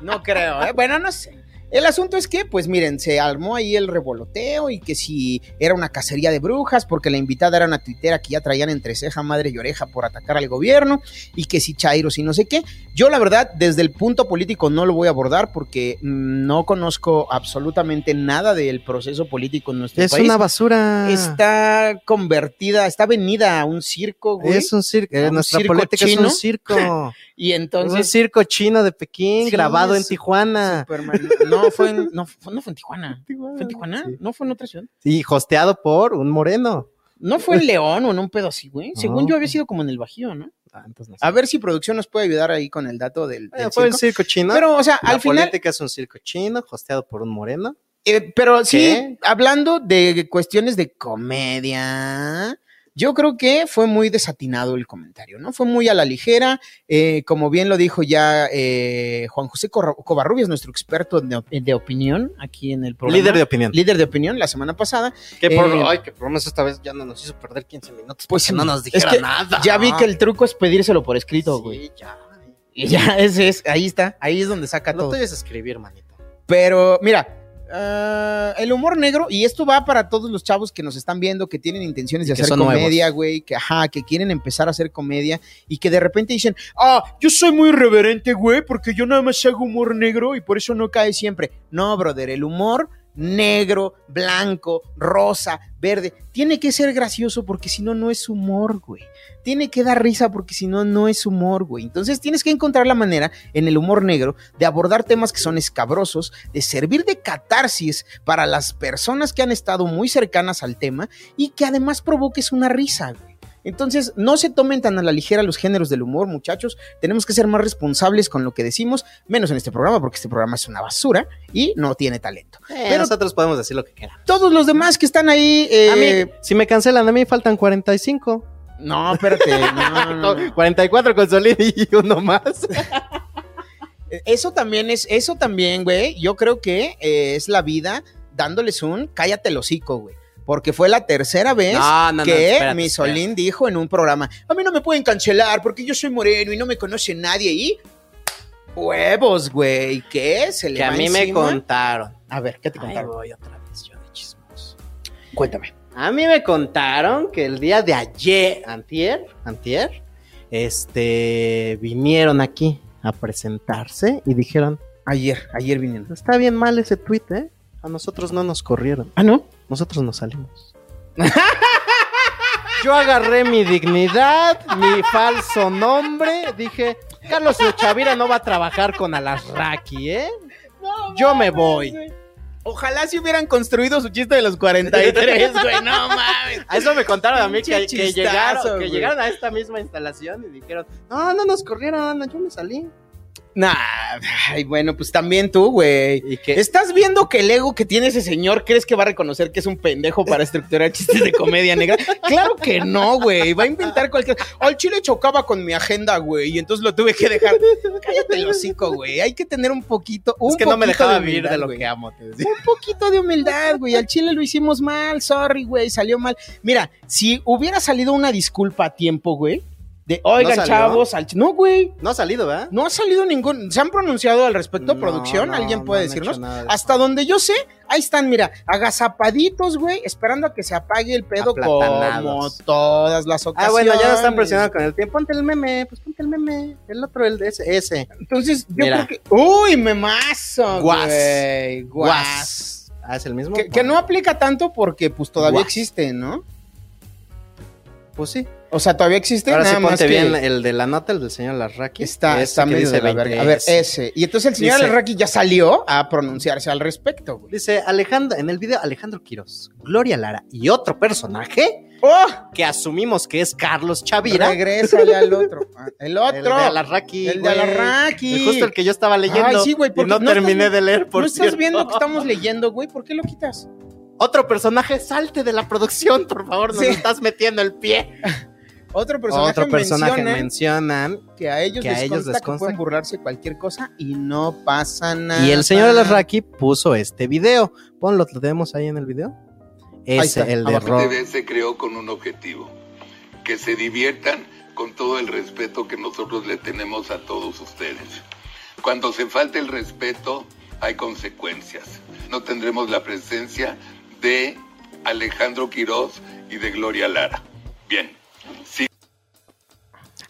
D: No creo, ¿eh? Bueno, no sé. El asunto es que, pues miren, se armó ahí el revoloteo y que si era una cacería de brujas, porque la invitada era una tuitera que ya traían entre ceja, madre y oreja por atacar al gobierno, y que si Chairos y no sé qué. Yo, la verdad, desde el punto político no lo voy a abordar porque mm, no conozco absolutamente nada del proceso político en nuestro país.
C: basura.
D: Está convertida, está venida a un circo, güey.
C: Es un circo, eh,
D: ¿Un
C: nuestra
D: circo
C: política
D: chino?
C: es un circo.
D: Y
C: un
D: entonces.
C: circo chino de Pekín
D: Sí,
C: grabado en
D: es-
C: Tijuana.
D: Superman. No, fue en, no, fue, no fue en Tijuana. ¿Fue en Tijuana?
C: Sí.
D: No fue en otra ciudad.
C: Y hosteado por un moreno.
D: No fue en León o en un pedo así, güey. Según
C: No.
D: yo había sido como en el Bajío, ¿no?
C: Ah, entonces no sé.
D: A ver si producción nos puede ayudar ahí con el dato del, del
C: Bueno, fue el
D: circo.
C: circo chino.
D: Pero, o sea,
C: la
D: al final,
C: política es un circo chino, hosteado por un moreno.
D: eh, pero sí,
C: ¿Qué?
D: hablando de cuestiones de comedia, yo creo que fue muy desatinado el comentario, ¿no? Fue muy a la ligera, eh, como bien lo dijo ya eh, Juan José Corro- Covarrubias, nuestro experto de, op- de opinión aquí en el programa.
C: Líder de opinión.
D: Líder de opinión la semana pasada.
C: Que por,
D: Eh,
C: ay, que por lo menos esta vez ya no nos hizo perder 15 minutos.
D: Pues
C: Pues
D: sí,
C: no nos
D: es
C: dijera
D: que
C: nada.
D: Ya vi que el truco es pedírselo por escrito,
C: Sí,
D: güey.
C: ya.
D: Y ya, ese es, ahí está, ahí es donde saca
C: Lo
D: todo.
C: tuyo es escribir, manito.
D: Pero mira, ah, el humor negro, y esto va para todos los chavos que nos están viendo, que tienen intenciones de
C: que
D: hacer
C: son
D: comedia,
C: nuevos.
D: güey, que ajá, que quieren empezar a hacer comedia y que de repente dicen, ah, yo soy muy irreverente, güey, porque yo nada más hago humor negro y por eso no cae siempre. No, brother, el humor negro, blanco, rosa, verde, tiene que ser gracioso porque si no, no es humor, güey. Tiene que dar risa porque si no, no es humor, güey. Entonces tienes que encontrar la manera en el humor negro de abordar temas que son escabrosos, de servir de catarsis para las personas que han estado muy cercanas al tema y que además provoques una risa, güey. Entonces, no se tomen tan a la ligera los géneros del humor, muchachos. Tenemos que ser más responsables con lo que decimos, menos en este programa, porque este programa es una basura y no tiene talento.
C: Pero
D: Pero-
C: nosotros podemos decir lo que queramos.
D: Todos los demás que están ahí.
C: A
D: eh,
C: mí, si me cancelan, a mí faltan 45.
D: No, espérate. no, no, no.
C: 44 con Solín y uno más.
D: Eh, Eso también es, eso también, güey. Yo creo que eh, es la vida dándoles un cállate el hocico, güey. Porque fue la tercera vez
C: No, no, no,
D: que
C: espérate,
D: mi Solín dijo en un programa: A mí no me pueden cancelar porque yo soy moreno y no me conoce nadie. Y huevos, güey. ¿Qué? Se le
C: Que a
D: va
C: mí me
D: encima?
C: contaron.
D: A ver, ¿qué te
C: Ahí
D: contaron?
C: voy otra vez yo de chismoso.
D: Cuéntame.
C: A mí me contaron que el día de ayer, antier, antier, este, vinieron aquí a presentarse y dijeron,
D: Ayer, ayer vinieron.
C: está bien mal ese tweet, ¿eh? A nosotros no nos corrieron,
D: Ah, ¿no?
C: nosotros nos salimos. Yo agarré mi dignidad, mi falso nombre, dije, Carlos de Chavira no va a trabajar con Alasraki, ¿eh? Yo me voy.
D: Ojalá si hubieran construido su chiste de los 43, güey. No mames.
C: A eso me contaron a mí que,
D: Pinche
C: que
D: chistazo,
C: llegaron, que
D: güey.
C: llegaron a esta misma instalación y dijeron, no, no nos corrieron, yo me salí.
D: Nah, ay, bueno, pues también tú, güey.
C: Y que
D: ¿Estás viendo que el ego que tiene ese señor crees que va a reconocer que es un pendejo para estructurar chistes de comedia negra? Claro que no, güey. Va a inventar cualquier. Al chile chocaba con mi agenda, güey, y entonces lo tuve que dejar. Cállate el hocico, güey. Hay que tener un poquito. Un
C: es que no me
D: poquito
C: dejaba
D: de
C: vivir de
D: humildad,
C: lo
D: güey.
C: que amo. te decía.
D: Un poquito de humildad, güey. Al chile lo hicimos mal. Sorry, güey. Salió mal. Mira, si hubiera salido una disculpa a tiempo, güey. De, oigan,
C: salió?
D: chavos, al chi-". No, güey.
C: No ha salido, ¿verdad?
D: No ha salido ningún. ¿Se han pronunciado al respecto,
C: No,
D: producción?
C: no,
D: ¿Alguien puede
C: no han hecho
D: decirnos?
C: nada de eso.
D: Hasta donde yo sé, ahí están, mira, agazapaditos, güey, esperando a que se apague el pedo como
C: Aplatanados.
D: todas las
C: Ah,
D: ocasiones.
C: bueno, ya no están presionando con el tiempo. Ponte el meme, pues ponte el meme. El otro, el de ese. ese.
D: Entonces, yo
C: Mira.
D: creo que. ¡Uy, me mazo!
C: Guas.
D: güey, Guas.
C: Guas. Ah, es el mismo.
D: Que, que no aplica tanto porque, pues, todavía
C: Guas.
D: existe, ¿no?
C: Pues sí.
D: O sea, todavía existe
C: Ahora
D: nada
C: sí
D: más
C: ponte
D: que
C: bien el de la nota, el del señor Larraqui.
D: Está,
C: Ese
D: está
C: que
D: medio
C: dice
D: de la
C: 20
D: verga. A ver,
C: S.
D: ese. Y entonces el señor
C: Dice-
D: Alarraqui ya salió a pronunciarse al respecto, güey.
C: Dice Alejandro, en el video Alejandro Quiroz, Gloria Lara y otro personaje
D: ¡Oh!
C: que asumimos que es Carlos Chavira.
D: Regrésale al otro. Ah, El otro.
C: El de Alarraqui.
D: El de
C: güey.
D: Alarraqui.
C: Justo el que yo estaba leyendo.
D: Ay, sí, güey,
C: y
D: porque
C: no,
D: no
C: terminé
D: estás-
C: de leer, por
D: ¿No
C: cierto.
D: estás viendo que estamos leyendo, güey? ¿Por qué lo quitas?
C: Otro personaje, salte de la producción, por favor, nos
D: Sí.
C: estás metiendo el pie.
D: Otro personaje,
C: Otro personaje
D: menciona
C: mencionan.
D: que a ellos,
C: que a
D: les,
C: ellos
D: consta
C: les
D: que
C: consta
D: pueden
C: que-
D: burlarse de cualquier cosa y no pasa nada. Pues
C: Y el señor Alarraqui puso este video. Ponlo, lo tenemos ahí en el video. Ese,
D: está,
C: el de
D: abajo.
C: Ro.
F: TV se creó con un objetivo, que se diviertan con todo el respeto que nosotros le tenemos a todos ustedes. Cuando se falte el respeto, hay consecuencias. No tendremos la presencia de Alejandro Quirós y de Gloria Lara. Bien.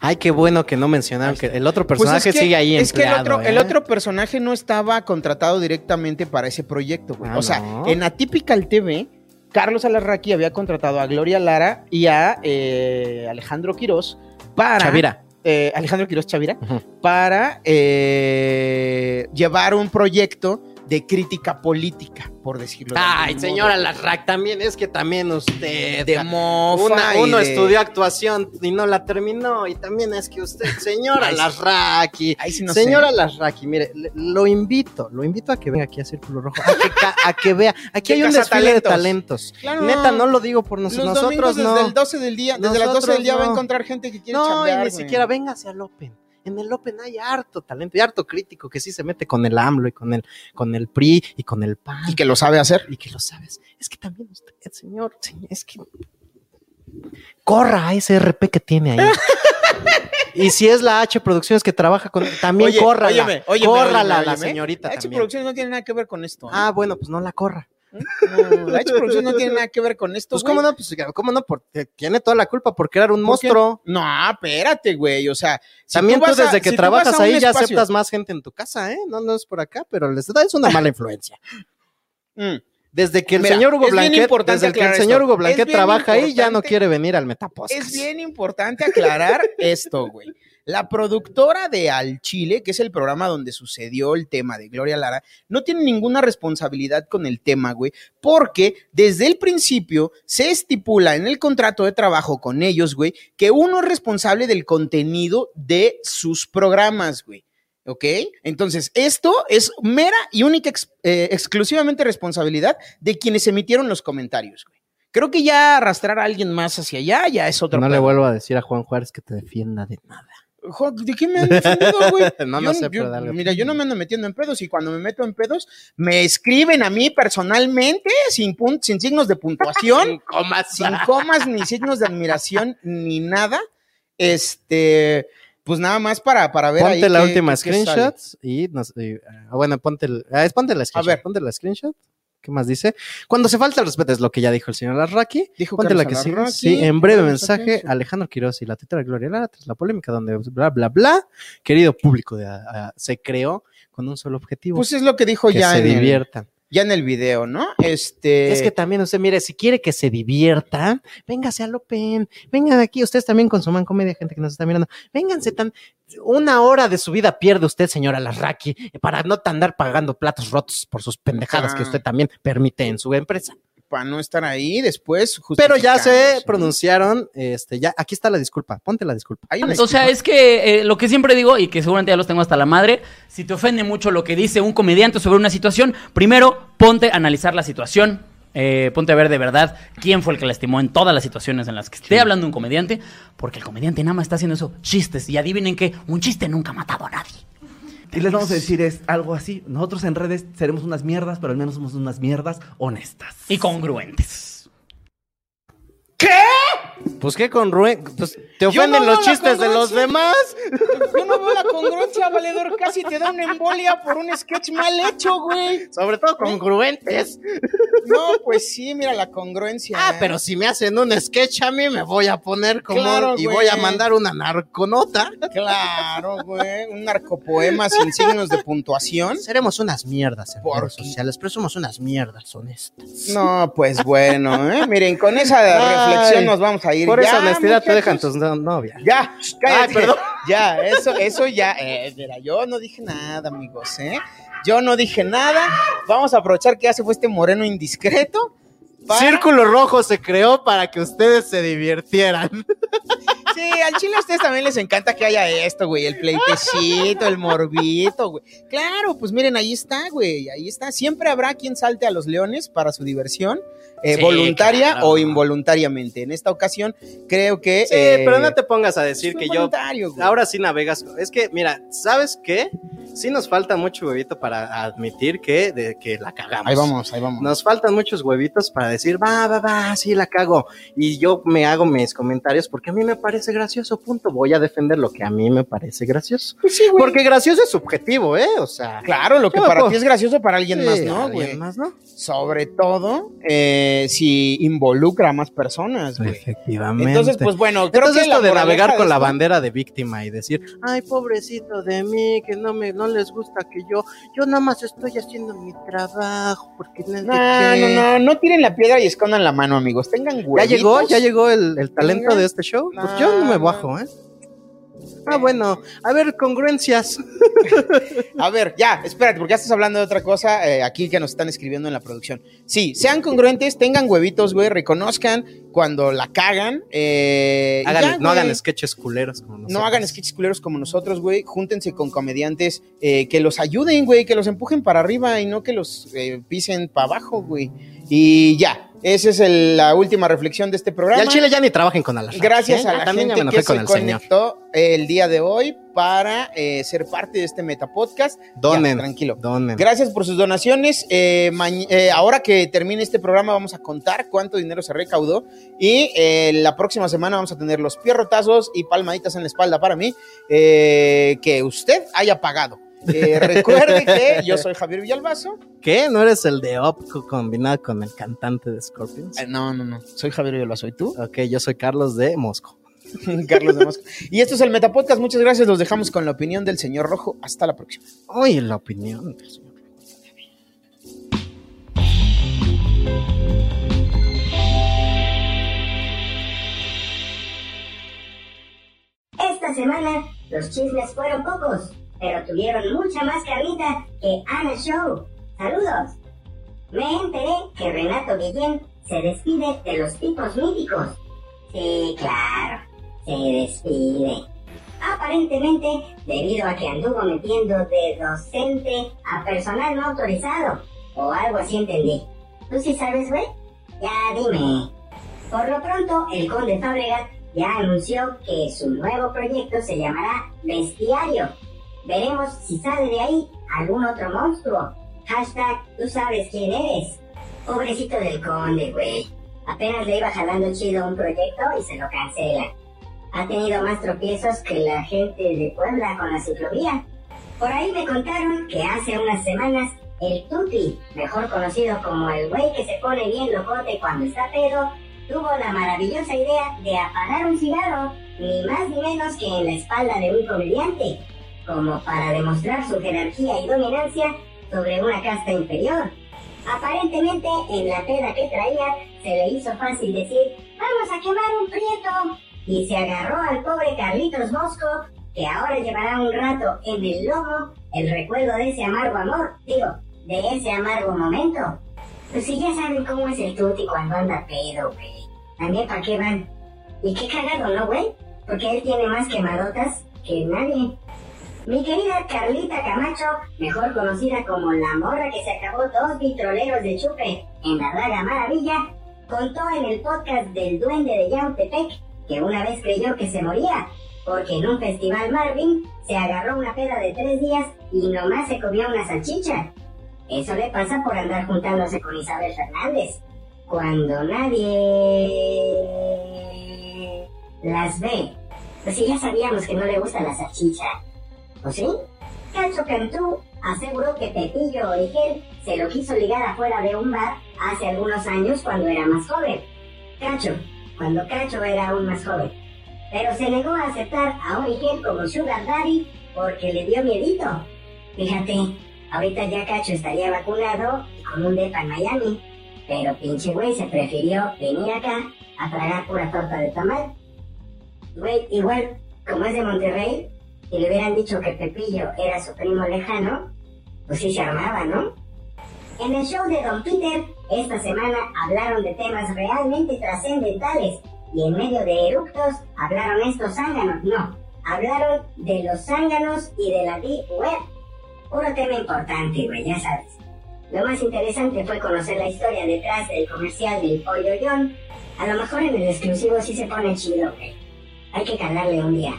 C: Ay, qué bueno que no mencionaron que el otro
D: Pues es
C: personaje
D: que-
C: sigue ahí
D: Es que el
C: empleado,
D: otro, el
C: ¿eh?
D: otro personaje no estaba contratado directamente para ese proyecto, güey.
C: Ah,
D: o sea,
C: ¿no?
D: en Atypical TV, Carlos Alarraqui había contratado a Gloria Lara y a eh, Alejandro Quirós para.
C: Chavira.
D: eh, Alejandro Quiroz Chavira,
C: Ujú.
D: para eh, llevar un proyecto de crítica política, por decirlo de
C: Ay,
D: algún modo.
C: señora Larrac, también es que también usted.
D: De
C: ca-
D: mofa
C: una-
D: y
C: uno
D: de-
C: estudió actuación y no la terminó. Y también es que usted, señora
D: Ay, sí.
C: Larrac, y-
D: Ay, sí, no sé.
C: señora Larraqui, mire, le- lo invito, lo invito a que venga aquí a Círculo Rojo, a que, ca- a que vea. Aquí
D: Que
C: hay un
D: caza
C: desfile de
D: talentos.
C: talentos.
D: Claro.
C: Neta, no lo digo por
D: Los
C: nos-
D: domingos
C: nosotros,
D: desde
C: no.
D: el 12 del día, desde las 12 del
C: Nosotros
D: día va a
C: no.
D: encontrar gente que quiere
C: No, y
D: chambear,
C: ni
D: güey.
C: siquiera véngase al Open. En el Open hay harto talento y harto crítico que sí se mete con el AMLO y con el, con el PRI y con el PAN.
D: Y que lo sabe hacer.
C: y que lo sabes. Es que también usted, señor, sí, es que corra a ese RP que tiene ahí. y si es la H Producciones que trabaja con también
D: Oye,
C: córrala.
D: óyeme, óyeme,
C: córrala
D: óyeme,
C: la
D: óyeme.
C: señorita
D: La H
C: también.
D: Producciones no tiene nada que ver con esto. ¿eh?
C: Ah, bueno, pues no la corra.
D: No, la H Producciones no tiene nada que ver con esto.
C: Pues cómo
D: güey.
C: no, pues cómo no, porque tiene toda la culpa por crear un
D: ¿Por qué?
C: monstruo.
D: No, espérate, güey. O sea, si
C: También tú,
D: vas a-
C: desde que
D: si tú vas
C: trabajas
D: a un
C: ahí ya
D: espacio-
C: aceptas más gente en tu casa, ¿eh? No, no es por acá, pero les da es una mala influencia.
D: Mm.
C: Desde que el
D: Mira,
C: señor Hugo
D: es bien
C: Blanquet,
D: importante
C: desde que el
D: aclarar
C: señor
D: esto.
C: Hugo
D: Es
C: Blanquet
D: bien
C: trabaja ahí ya no
D: importante-
C: quiere venir al Metapodcast.
D: Es bien importante aclarar esto, güey. La productora de Al Chile, que es el programa donde sucedió el tema de Gloria Lara, no tiene ninguna responsabilidad con el tema, güey, porque desde el principio se estipula en el contrato de trabajo con ellos, güey, que uno es responsable del contenido de sus programas, güey. ¿Ok? Entonces, esto es mera y única, ex- eh, exclusivamente responsabilidad de quienes emitieron los comentarios, güey. Creo que ya arrastrar a alguien más hacia allá ya es otro
C: no le
D: pedo.
C: vuelvo a decir a Juan Juárez que te defienda de nada.
D: Jo, ¿De qué me han defendido, güey?
C: No,
D: Yo-
C: no sé,
D: yo-
C: pero dale.
D: Mira, yo no me ando metiendo en pedos y cuando me meto en pedos, me escriben a mí personalmente, sin, pun- sin signos de puntuación, sin comas, ni signos de admiración, ni nada. Este, pues nada más para, para ver.
C: Ponte
D: ahí
C: la
D: qué-
C: última
D: qué- qué sale.
C: screenshot y, nos, y, ah, bueno, ponte, el- ah, es ponte la screenshot.
D: ver.
C: Ponte la screenshot. ¿Qué más dice? Cuando se falta el respeto es lo que ya dijo el señor Arraki.
D: Dijo
C: Ponte la que
D: Carlos
C: sigue.
D: Alarraqui,
C: Sí, en breve
D: Carlos
C: mensaje,
D: Alarraqui.
C: Alejandro Quiroz y la titular Gloria Lara, tras la polémica donde bla, bla, bla, querido público, de, a- a- se creó con un solo objetivo,
D: Pues es lo que dijo
C: que
D: ya,
C: se
D: en el,
C: diviertan.
D: ya en el video, ¿no? Este.
C: Es que también usted, mire, si quiere que se diviertan, véngase al Open, vengan aquí, ustedes también consuman comedia, gente que nos está mirando, vénganse tan, una hora de su vida pierde usted, señora Larraqui, para no tan andar pagando platos rotos por sus pendejadas que
D: Ah.
C: usted también permite en su empresa.
D: para no estar ahí después.
C: Pero ya se
D: justificándose, ¿no?
C: pronunciaron, este, ya, aquí está la disculpa, ponte la disculpa.
D: Hay una
G: O sea, es que eh, lo que siempre digo, y que seguramente ya los tengo hasta la madre, si te ofende mucho lo que dice un comediante sobre una situación, primero ponte a analizar la situación. eh, ponte a ver de verdad quién fue el que lastimó en todas las situaciones en las que esté hablando un comediante, porque el comediante nada más está haciendo eso, chistes, y adivinen que un chiste nunca ha matado a nadie.
H: Y les vamos a decir es algo así. Nosotros en redes seremos unas mierdas, pero al menos somos unas mierdas honestas.
G: Y congruentes.
C: Pues qué congruente, pues te
D: Yo
C: ofenden
D: no veo
C: los
D: la
C: chistes de los
D: congruencia.
C: demás.
D: Yo no veo la congruencia, valedor. Casi te da una embolia por un sketch mal hecho, güey.
C: Sobre todo congruentes.
D: No, pues sí, mira la congruencia. ¿eh?
C: Ah, pero si me hacen un sketch a mí, me voy a poner como
D: Claro,
C: y
D: güey.
C: voy a mandar una narconota.
D: Claro, güey. Un narcopoema sin signos de puntuación.
C: Seremos unas mierdas en
D: ¿Por
C: redes
D: qué?
C: sociales, pero somos unas mierdas honestas.
D: No, pues bueno, ¿eh? Miren, con esa
C: Ay,
D: reflexión nos vamos a ir.
C: Por
D: ya,
C: esa honestidad te
D: muchachos.
C: dejan tus no- novias.
D: Ya, cállate.
C: Ay, perdón.
D: Ya, eso, eso ya. eh, mira, yo no dije nada, amigos, ¿eh? Yo no dije nada. Vamos a aprovechar que ya se fue este moreno indiscreto. para-
C: Círculo Rojo se creó para que ustedes se divirtieran.
D: Sí, al chile a ustedes también les encanta que haya esto, güey. El pleitecito, el morbito, güey. Claro, pues miren, ahí está, güey. Ahí está. Siempre habrá quien salte a los leones para su diversión, eh,
G: Sí,
D: voluntaria
G: claro.
D: o involuntariamente. En esta ocasión, creo que.
C: Sí,
D: eh,
C: pero no te pongas a decir
D: es
C: que yo
D: voluntario, güey.
C: Ahora sí navegas. Es que, mira, ¿sabes qué? Sí nos falta mucho huevito para admitir que, de, que la cagamos.
D: Ahí vamos, ahí vamos.
C: Nos faltan muchos huevitos para decir, va, va, va, sí la cago. Y yo me hago mis comentarios porque a mí me parece gracioso, punto. Voy a defender lo que a mí me parece gracioso.
D: Pues sí, güey.
C: Porque gracioso es subjetivo, ¿eh? O sea.
D: Claro, lo que
C: Yo me
D: para
C: puedo-
D: ti es gracioso, para alguien
C: sí,
D: más no,
C: alguien
D: güey.
C: más no.
D: Sobre todo eh, si involucra a más personas, güey.
C: Efectivamente.
D: Entonces, pues bueno, creo
C: Entonces
D: que la
C: esto de
D: moraleja
C: navegar
D: de
C: con la
D: esto-
C: bandera de víctima y decir, ay, pobrecito de mí, que no me, no les gusta que yo, yo nada más estoy haciendo mi trabajo, porque no
D: No,
C: sé
D: no,
C: qué".
D: no, no tiren la piedra y escondan la mano, amigos. Tengan
C: Ya
D: huevitos.
C: llegó, ya llegó el, el talento
D: Venga.
C: de este show. Pues
D: No,
C: yo no me
D: no.
C: bajo, ¿eh? Ah, bueno. A ver, congruencias.
D: A ver, ya, espérate, porque ya estás hablando de otra cosa eh, aquí que nos están escribiendo en la producción. Sí, sean congruentes, tengan huevitos, güey, reconozcan cuando la cagan. eh, y
C: Hagan-
D: ya,
C: no
D: güey.
C: hagan sketches culeros como nosotros.
D: No hagan sketches culeros como nosotros, güey. Júntense con comediantes eh, que los ayuden, güey, que los empujen para arriba y no que los eh, pisen para abajo, güey. Y ya, esa es el- la última reflexión de este
C: Y
D: programa.
C: al chile ya ni trabajen con Alaska.
D: Gracias a la
C: También ya
D: gente
C: me enojé
D: que
C: con
D: se
C: el señor.
D: conectó el día de hoy para eh, ser parte de este Metapodcast. Ya,
C: Donen.
D: tranquilo.
C: Donen.
D: Gracias por sus donaciones. Eh, mañ- eh, ahora que termine este programa vamos a contar cuánto dinero se recaudó y eh, la próxima semana vamos a tener los pierrotazos y palmaditas en la espalda para mí eh, que usted haya pagado. Eh, recuerde que yo soy Javier Villalbazo.
C: ¿Qué? ¿No eres el de Up co- combinado con el cantante de Scorpions?
D: Eh, no, no, no. Soy Javier Villalbazo. ¿Y tú?
C: Ok, yo soy Carlos de Mosco.
D: Carlos de Mosco. Y esto es el Metapodcast. Muchas gracias. Los dejamos con la opinión del señor Rojo. Hasta la próxima.
C: Oye, la opinión del señor.
B: Esta semana los chismes fueron pocos, pero tuvieron mucha más carnita que Ana Show. Saludos. Me enteré que Renato Guillén se despide de los tipos míticos. Sí, claro, se despide. Aparentemente, debido a que anduvo metiendo de docente a personal no autorizado, o algo así entendí. ¿Tú sí sabes, güey? Ya dime. Por lo pronto, el conde Fábregas ya anunció que su nuevo proyecto se llamará Bestiario. Veremos si sale de ahí algún otro monstruo. Hashtag, tú sabes quién eres. Pobrecito del conde, güey. Apenas le iba jalando chido un proyecto y se lo cancela. Ha tenido más tropiezos que la gente de Puebla con la ciclovía. Por ahí me contaron que hace unas semanas el Tuti, mejor conocido como el güey que se pone bien locote cuando está pedo, tuvo la maravillosa idea de apagar un cigarro, ni más ni menos que en la espalda de un comediante, como para demostrar su jerarquía y dominancia sobre una casta inferior. Aparentemente, en la peda que traía, se le hizo fácil decir, vamos a quemar un prieto, y se agarró al pobre Carlitos Mosco, que ahora llevará un rato en el lomo el recuerdo de ese amargo amor, digo, de ese amargo momento. Pues si ya saben cómo es el tuti cuando anda pedo, güey. También para qué van. Y qué cagado, ¿no, güey? Porque él tiene más quemadotas que nadie. Mi querida Carlita Camacho, mejor conocida como la morra que se acabó dos vitroleros de chupe en la Draga Maravilla, contó en el podcast del Duende de Yautepec que una vez creyó que se moría, porque en un festival Marvin se agarró una peda de tres días y nomás se comió una salchicha. Eso le pasa por andar juntándose con Isabel Fernández, cuando nadie las ve. Pues si ya sabíamos que no le gusta la salchicha. ¿O sí? Cacho Cantú aseguró que Pepillo Origel se lo quiso ligar afuera de un bar hace algunos años cuando era más joven. Cacho, cuando Cacho era aún más joven. Pero se negó a aceptar a Origel como Sugar Daddy porque le dio miedito. Fíjate, ahorita ya Cacho estaría vacunado y con un depa en Miami. Pero pinche güey se prefirió venir acá a tragar pura torta de tamal. Güey, igual, como es de Monterrey, y le hubieran dicho que Pepillo era su primo lejano, pues sí se armaba, ¿no? En el show de Don Peter, esta semana hablaron de temas realmente trascendentales y en medio de eructos hablaron estos zánganos, no, hablaron de los zánganos y de la Deep Web. Puro tema importante, güey, ya sabes. Lo más interesante fue conocer la historia detrás del comercial del Pollo John. A lo mejor en el exclusivo sí se pone chido, güey. Hay que calarle un día.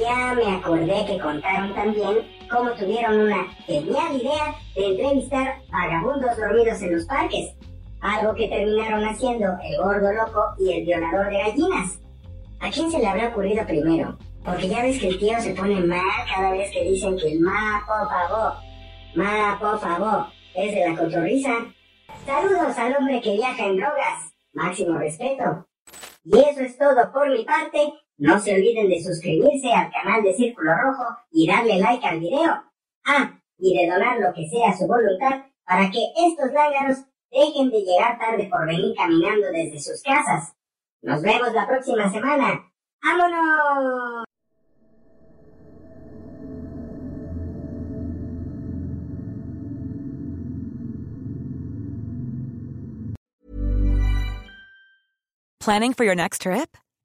B: Ya me acordé que contaron también cómo tuvieron una genial idea de entrevistar vagabundos dormidos en los parques, algo que terminaron haciendo el gordo loco y el violador de gallinas. ¿A quién se le habrá ocurrido primero? Porque ya ves que el tío se pone mal cada vez que dicen que el ma por favor, ma por favor, es de la cotorriza. Saludos al hombre que viaja en drogas, máximo respeto. Y eso es todo por mi parte. No se olviden de suscribirse al canal de Círculo Rojo y darle like al video. Ah, y de donar lo que sea a su voluntad para que estos lángaros dejen de llegar tarde por venir caminando desde sus casas. Nos vemos la próxima semana. ¡Vámonos!
C: Planning for your next trip?